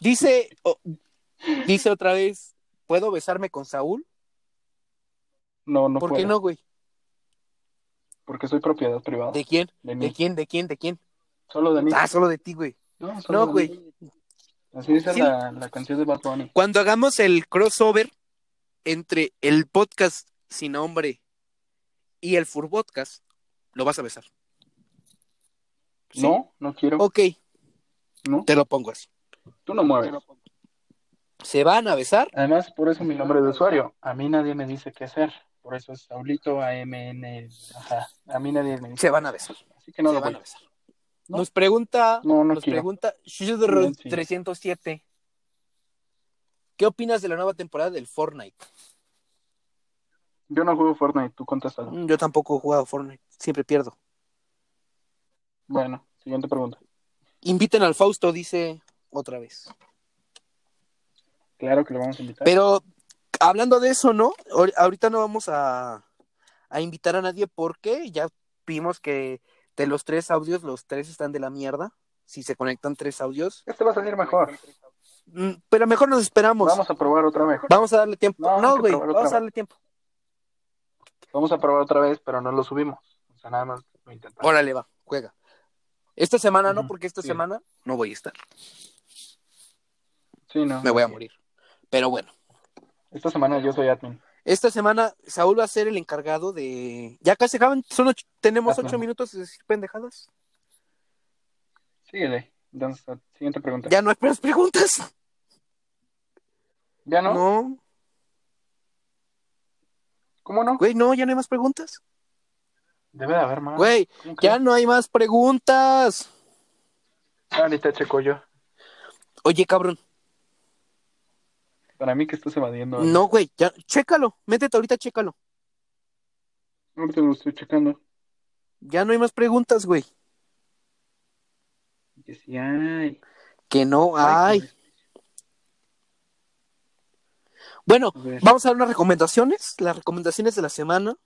S1: Dice, o- dice otra vez, ¿puedo besarme con Saúl?
S2: No, no
S1: ¿Por
S2: puedo.
S1: qué no, güey?
S2: Porque soy propiedad privada.
S1: ¿De quién?
S2: De mí.
S1: ¿De quién? ¿De quién? ¿De quién?
S2: Solo de mí.
S1: Ah, solo de ti, güey.
S2: No,
S1: No,
S2: solo de
S1: güey.
S2: mí. Así dice
S1: Sí.
S2: la, la canción de Bad Bunny.
S1: cuando hagamos el crossover entre el podcast sin nombre y el Furbodcast, lo vas a besar. ¿Sí?
S2: No, no quiero.
S1: Ok,
S2: No,
S1: te lo pongo así.
S2: tú no mueves.
S1: Se van a besar.
S2: Además, por eso mi nombre de usuario. A mí nadie me dice qué hacer. Por eso es Saulito AMN. Ajá. A mí nadie me dice.
S1: Se van a besar.
S2: Así que no
S1: se
S2: lo
S1: van
S2: voy.
S1: a besar.
S2: No.
S1: Nos pregunta,
S2: No, no
S1: nos
S2: quiero.
S1: pregunta
S2: No, sí.
S1: 307. ¿Qué opinas de la nueva temporada del Fortnite?
S2: Yo no juego Fortnite, tú contéstalo.
S1: Mm, Yo tampoco he jugado Fortnite, siempre pierdo.
S2: Bueno, siguiente pregunta.
S1: Inviten al Fausto, dice otra vez.
S2: Claro que lo vamos a invitar.
S1: Pero hablando de eso, ¿no? Ahor- Ahorita no vamos a, a invitar a nadie porque ya vimos que de los tres audios, los tres están de la mierda. Si se conectan tres audios.
S2: Este va a salir mejor.
S1: Mm, Pero mejor nos esperamos. Vamos,
S2: Vamos a probar otra vez.
S1: a darle tiempo.
S2: No, hay
S1: No,
S2: que
S1: güey,
S2: probar otra
S1: vamos
S2: vez.
S1: a darle tiempo.
S2: Vamos a probar otra vez, pero no lo subimos. O sea, nada más lo intentamos.
S1: Órale, va, juega. Esta semana no,
S2: Ujú,
S1: porque esta
S2: sí.
S1: semana no voy a estar.
S2: Sí, no.
S1: Me voy a morir. Pero bueno,
S2: Esta semana yo soy admin.
S1: esta semana Saúl va a ser el encargado de. Ya casi acaban, son ocho- tenemos
S2: Hazme.
S1: ocho minutos de decir pendejadas.
S2: Síguele. Entonces, siguiente pregunta.
S1: Ya no hay más preguntas.
S2: ¿Ya no?
S1: no.
S2: ¿Cómo no?
S1: Güey, no, ya no hay más preguntas.
S2: Debe de haber más.
S1: Güey,
S2: ¿Cómo que?
S1: ya no hay más preguntas.
S2: Ahorita checo yo.
S1: Oye, cabrón.
S2: Para mí que estás evadiendo. ¿eh? algo.
S1: No, güey, ya, chécalo. Métete ahorita, chécalo.
S2: Ahorita lo estoy checando.
S1: Ya no hay más preguntas, güey.
S2: Que sí hay.
S1: Que no
S2: Ay, pues,
S1: hay. Bueno,
S2: A ver.
S1: vamos a ver unas recomendaciones. Las recomendaciones de la semana.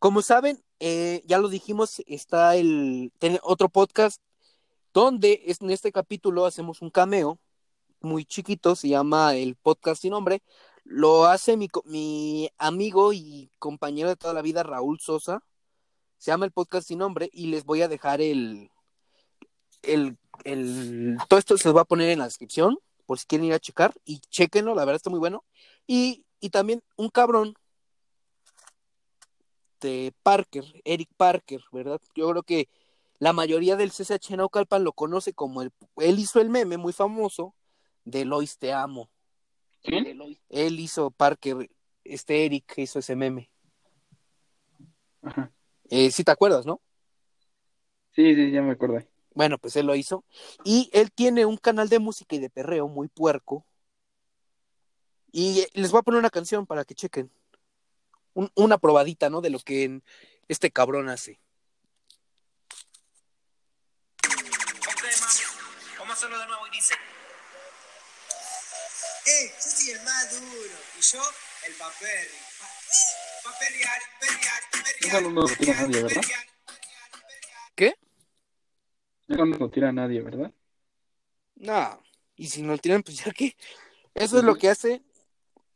S1: Como saben, eh, ya lo dijimos, está el tiene otro podcast donde es- en este capítulo hacemos un cameo muy chiquito, se llama el podcast sin nombre. Lo hace mi, co- mi amigo y compañero de toda la vida, Raúl Sosa. Se llama el podcast sin nombre y les voy a dejar el, el, el- todo esto se los va a poner en la descripción por si quieren ir a checar y chequenlo, la verdad está muy bueno. Y, y también un cabrón de Parker, Eric Parker, ¿verdad? Yo creo que la mayoría del CCH Naucalpan lo conoce como el, él hizo el meme muy famoso de Lois te amo.
S2: ¿Quién?
S1: Él hizo Parker, este Eric hizo ese meme.
S2: Ajá.
S1: Eh, sí te acuerdas, ¿no?
S2: Sí, sí, ya me acordé.
S1: Bueno, pues él lo hizo. Y él tiene un canal de música y de perreo muy puerco. Y eh, les voy a poner una canción para que chequen. Un- una probadita, ¿no? De lo que en- este cabrón hace.
S3: Ok, mami. Vamos a hacerlo de nuevo y dice. Eh, yo soy el más duro. Y yo, el papel. Pa' pelear, pelear,
S2: Eso no lo retira
S3: pelear,
S2: nadie,
S3: pelear,
S2: ¿verdad?
S3: pelear.
S2: Ya no lo tira nadie, ¿verdad?
S1: No. Y si no lo tiran, pues ya que. Eso es lo que hace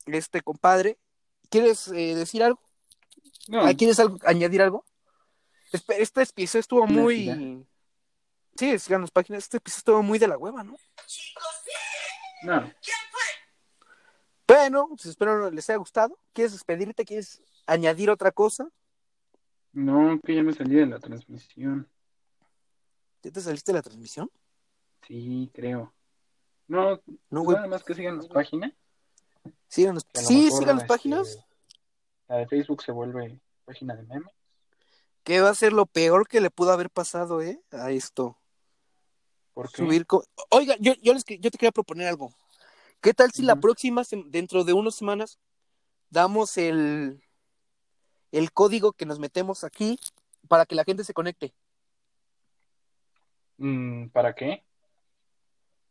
S1: este compadre. ¿Quieres eh, decir algo?
S2: No.
S1: Ah, ¿Quieres algo- añadir algo? Este, este episodio estuvo
S2: Una
S1: muy. Sí, es las páginas. Este episodio estuvo muy de la hueva, ¿no?
S3: Chicos,
S2: No.
S1: Bueno, pues espero les haya gustado. ¿Quieres despedirte? ¿Quieres añadir otra cosa?
S2: No, que ya me salí de la transmisión.
S1: ¿Ya te saliste de la transmisión?
S2: Sí, creo. No,
S1: No, güey.
S2: nada más que sigan las páginas.
S1: Síganos.
S2: Ah, que a lo
S1: Sí,
S2: mejor,
S1: sigan las
S2: este,
S1: páginas.
S2: La de Facebook se vuelve página de memes.
S1: Que va a ser lo peor que le pudo haber pasado, ¿eh? A esto.
S2: Porque
S1: Subir co- Oiga, yo, yo, les que- yo te quería proponer algo. ¿Qué tal si la
S2: Ujú.
S1: próxima, sem- dentro de unas semanas, damos el, el código que nos metemos aquí para que la gente se conecte?
S2: mm, ¿Para qué?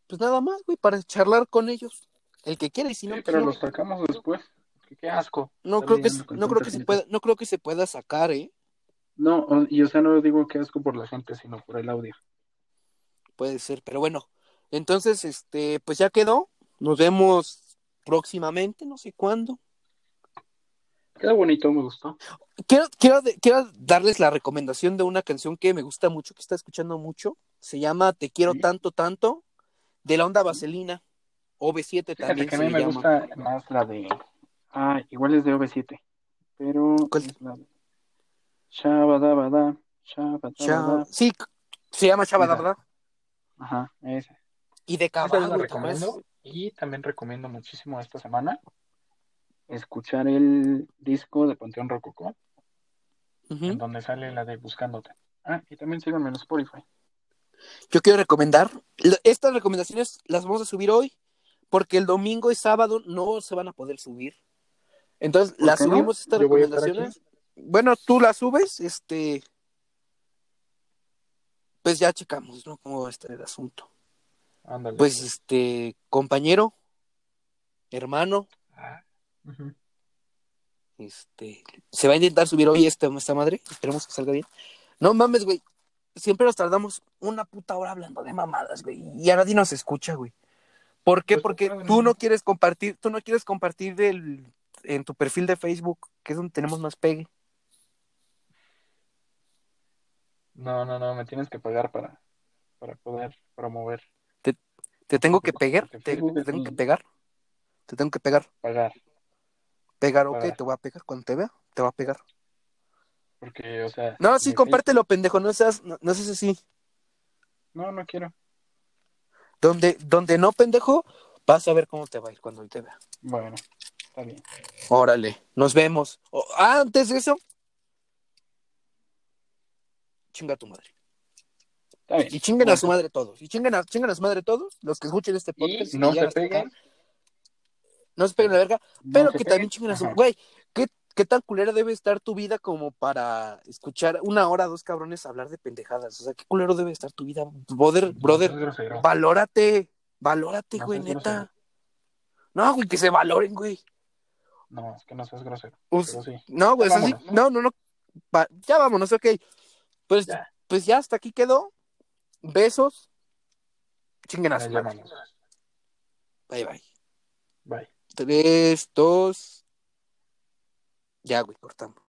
S1: Pues nada más, güey, para charlar con ellos. El que quiera y si
S2: Sí,
S1: no, pues
S2: pero
S1: no,
S2: los sacamos después. Qué, qué asco.
S1: no
S2: Estar
S1: creo que,
S2: lidiando con
S1: no creo
S2: tanta
S1: que se
S2: gente.
S1: pueda, no creo que se pueda sacar, ¿eh?
S2: No, o- y o sea, no digo que asco por la gente, sino por el audio.
S1: Puede ser, pero bueno. Entonces, este, pues ya quedó. Nos vemos próximamente, no sé cuándo.
S2: Queda bonito, me gustó.
S1: Quiero, quiero, de- quiero darles la recomendación de una canción que me gusta mucho, que está escuchando mucho. Se llama Te quiero
S2: Sí.
S1: tanto, tanto, de la onda vaselina. OV7
S2: Fíjate
S1: también
S2: que
S1: se
S2: a
S1: le
S2: mí me
S1: llama.
S2: gusta más la de. Ah, igual es de OV7. Pero.
S1: ¿Cuál?
S2: Es la de. Shabadabada.
S1: Cha-
S2: Shabadabada.
S1: Sí, c- se llama Chabada,
S2: Esa.
S1: ¿verdad?
S2: Ajá, esa.
S1: Y de
S2: Esa la
S1: caballo, ¿te acuerdas?
S2: recomiendo. Y también recomiendo muchísimo esta semana escuchar el disco de Panteón Rococó,
S1: Ujú.
S2: en donde sale la de Buscándote. Ah, y también síganme en Spotify.
S1: Yo quiero recomendar. lo- Estas recomendaciones las vamos a subir hoy, porque el domingo y sábado no se van a poder subir. Entonces,
S2: ¿Por
S1: las
S2: qué no?
S1: subimos estas
S2: Yo voy a estar
S1: recomendaciones. Bueno, tú las subes, este. Pues ya checamos, ¿no? ¿Cómo va a estar el asunto?
S2: Ándale.
S1: Pues, este, compañero, hermano,
S2: Ah, ujú.
S1: este. Se va a intentar subir hoy esta, esta madre. Esperemos que salga bien. No mames, güey. Siempre nos tardamos una puta hora hablando de mamadas, güey. Y a nadie nos escucha, güey. ¿Por qué?
S2: Pues,
S1: Porque
S2: claro,
S1: tú
S2: no.
S1: no quieres compartir, tú no quieres compartir del- en tu perfil de Facebook, que es donde tenemos más pegue.
S2: No, no, no, me tienes que pagar para, para poder promover,
S1: Te tengo que pegar, te,
S2: En Facebook
S1: te
S2: es
S1: tengo
S2: mi-
S1: que pegar, te tengo que pegar,
S2: pagar.
S1: pegar, ok,
S2: Pagar.
S1: te voy a pegar cuando te vea, te voy a pegar.
S2: Porque, o sea.
S1: No,
S2: mi
S1: sí,
S2: Facebook-
S1: compártelo, pendejo, no seas, no, no seas así.
S2: No, no quiero.
S1: Donde, donde no, pendejo, vas a ver cómo te va a ir cuando te vea.
S2: Bueno, está bien.
S1: Órale, nos vemos. O- ah, antes de eso, chinga tu madre.
S2: Está bien.
S1: Y chinguen a su madre todos, y chinguen a, chinguen a su madre todos, los que escuchen este podcast.
S2: Y
S1: que
S2: no
S1: llegan
S2: se
S1: hasta
S2: peguen.
S1: acá, No se peguen a la verga. Pero que también chinguen a su.
S2: Ajá.
S1: Güey, ¿qué, ¿qué tan culera debe estar tu vida como para escuchar una hora, dos cabrones hablar de pendejadas? O sea, ¿qué culero debe estar tu vida? Brother, brother, valórate. Valórate,
S2: No
S1: güey,
S2: seas
S1: neta.
S2: grosero.
S1: No, güey, que se valoren, güey.
S2: No, es que no seas grosero.
S1: Us-
S2: Pero sí.
S1: no, güey,
S2: Ya
S1: eso sí-
S2: vámonos.
S1: No, no, no. Va- ya vámonos, ok. Pues
S2: Ya.
S1: pues ya hasta aquí quedó. Besos. Chinguen a
S2: Ahora
S1: su
S2: ya
S1: madre.
S2: vámonos.
S1: Bye, bye.
S2: Bye.
S1: Tres, dos. Ya, güey, cortamos.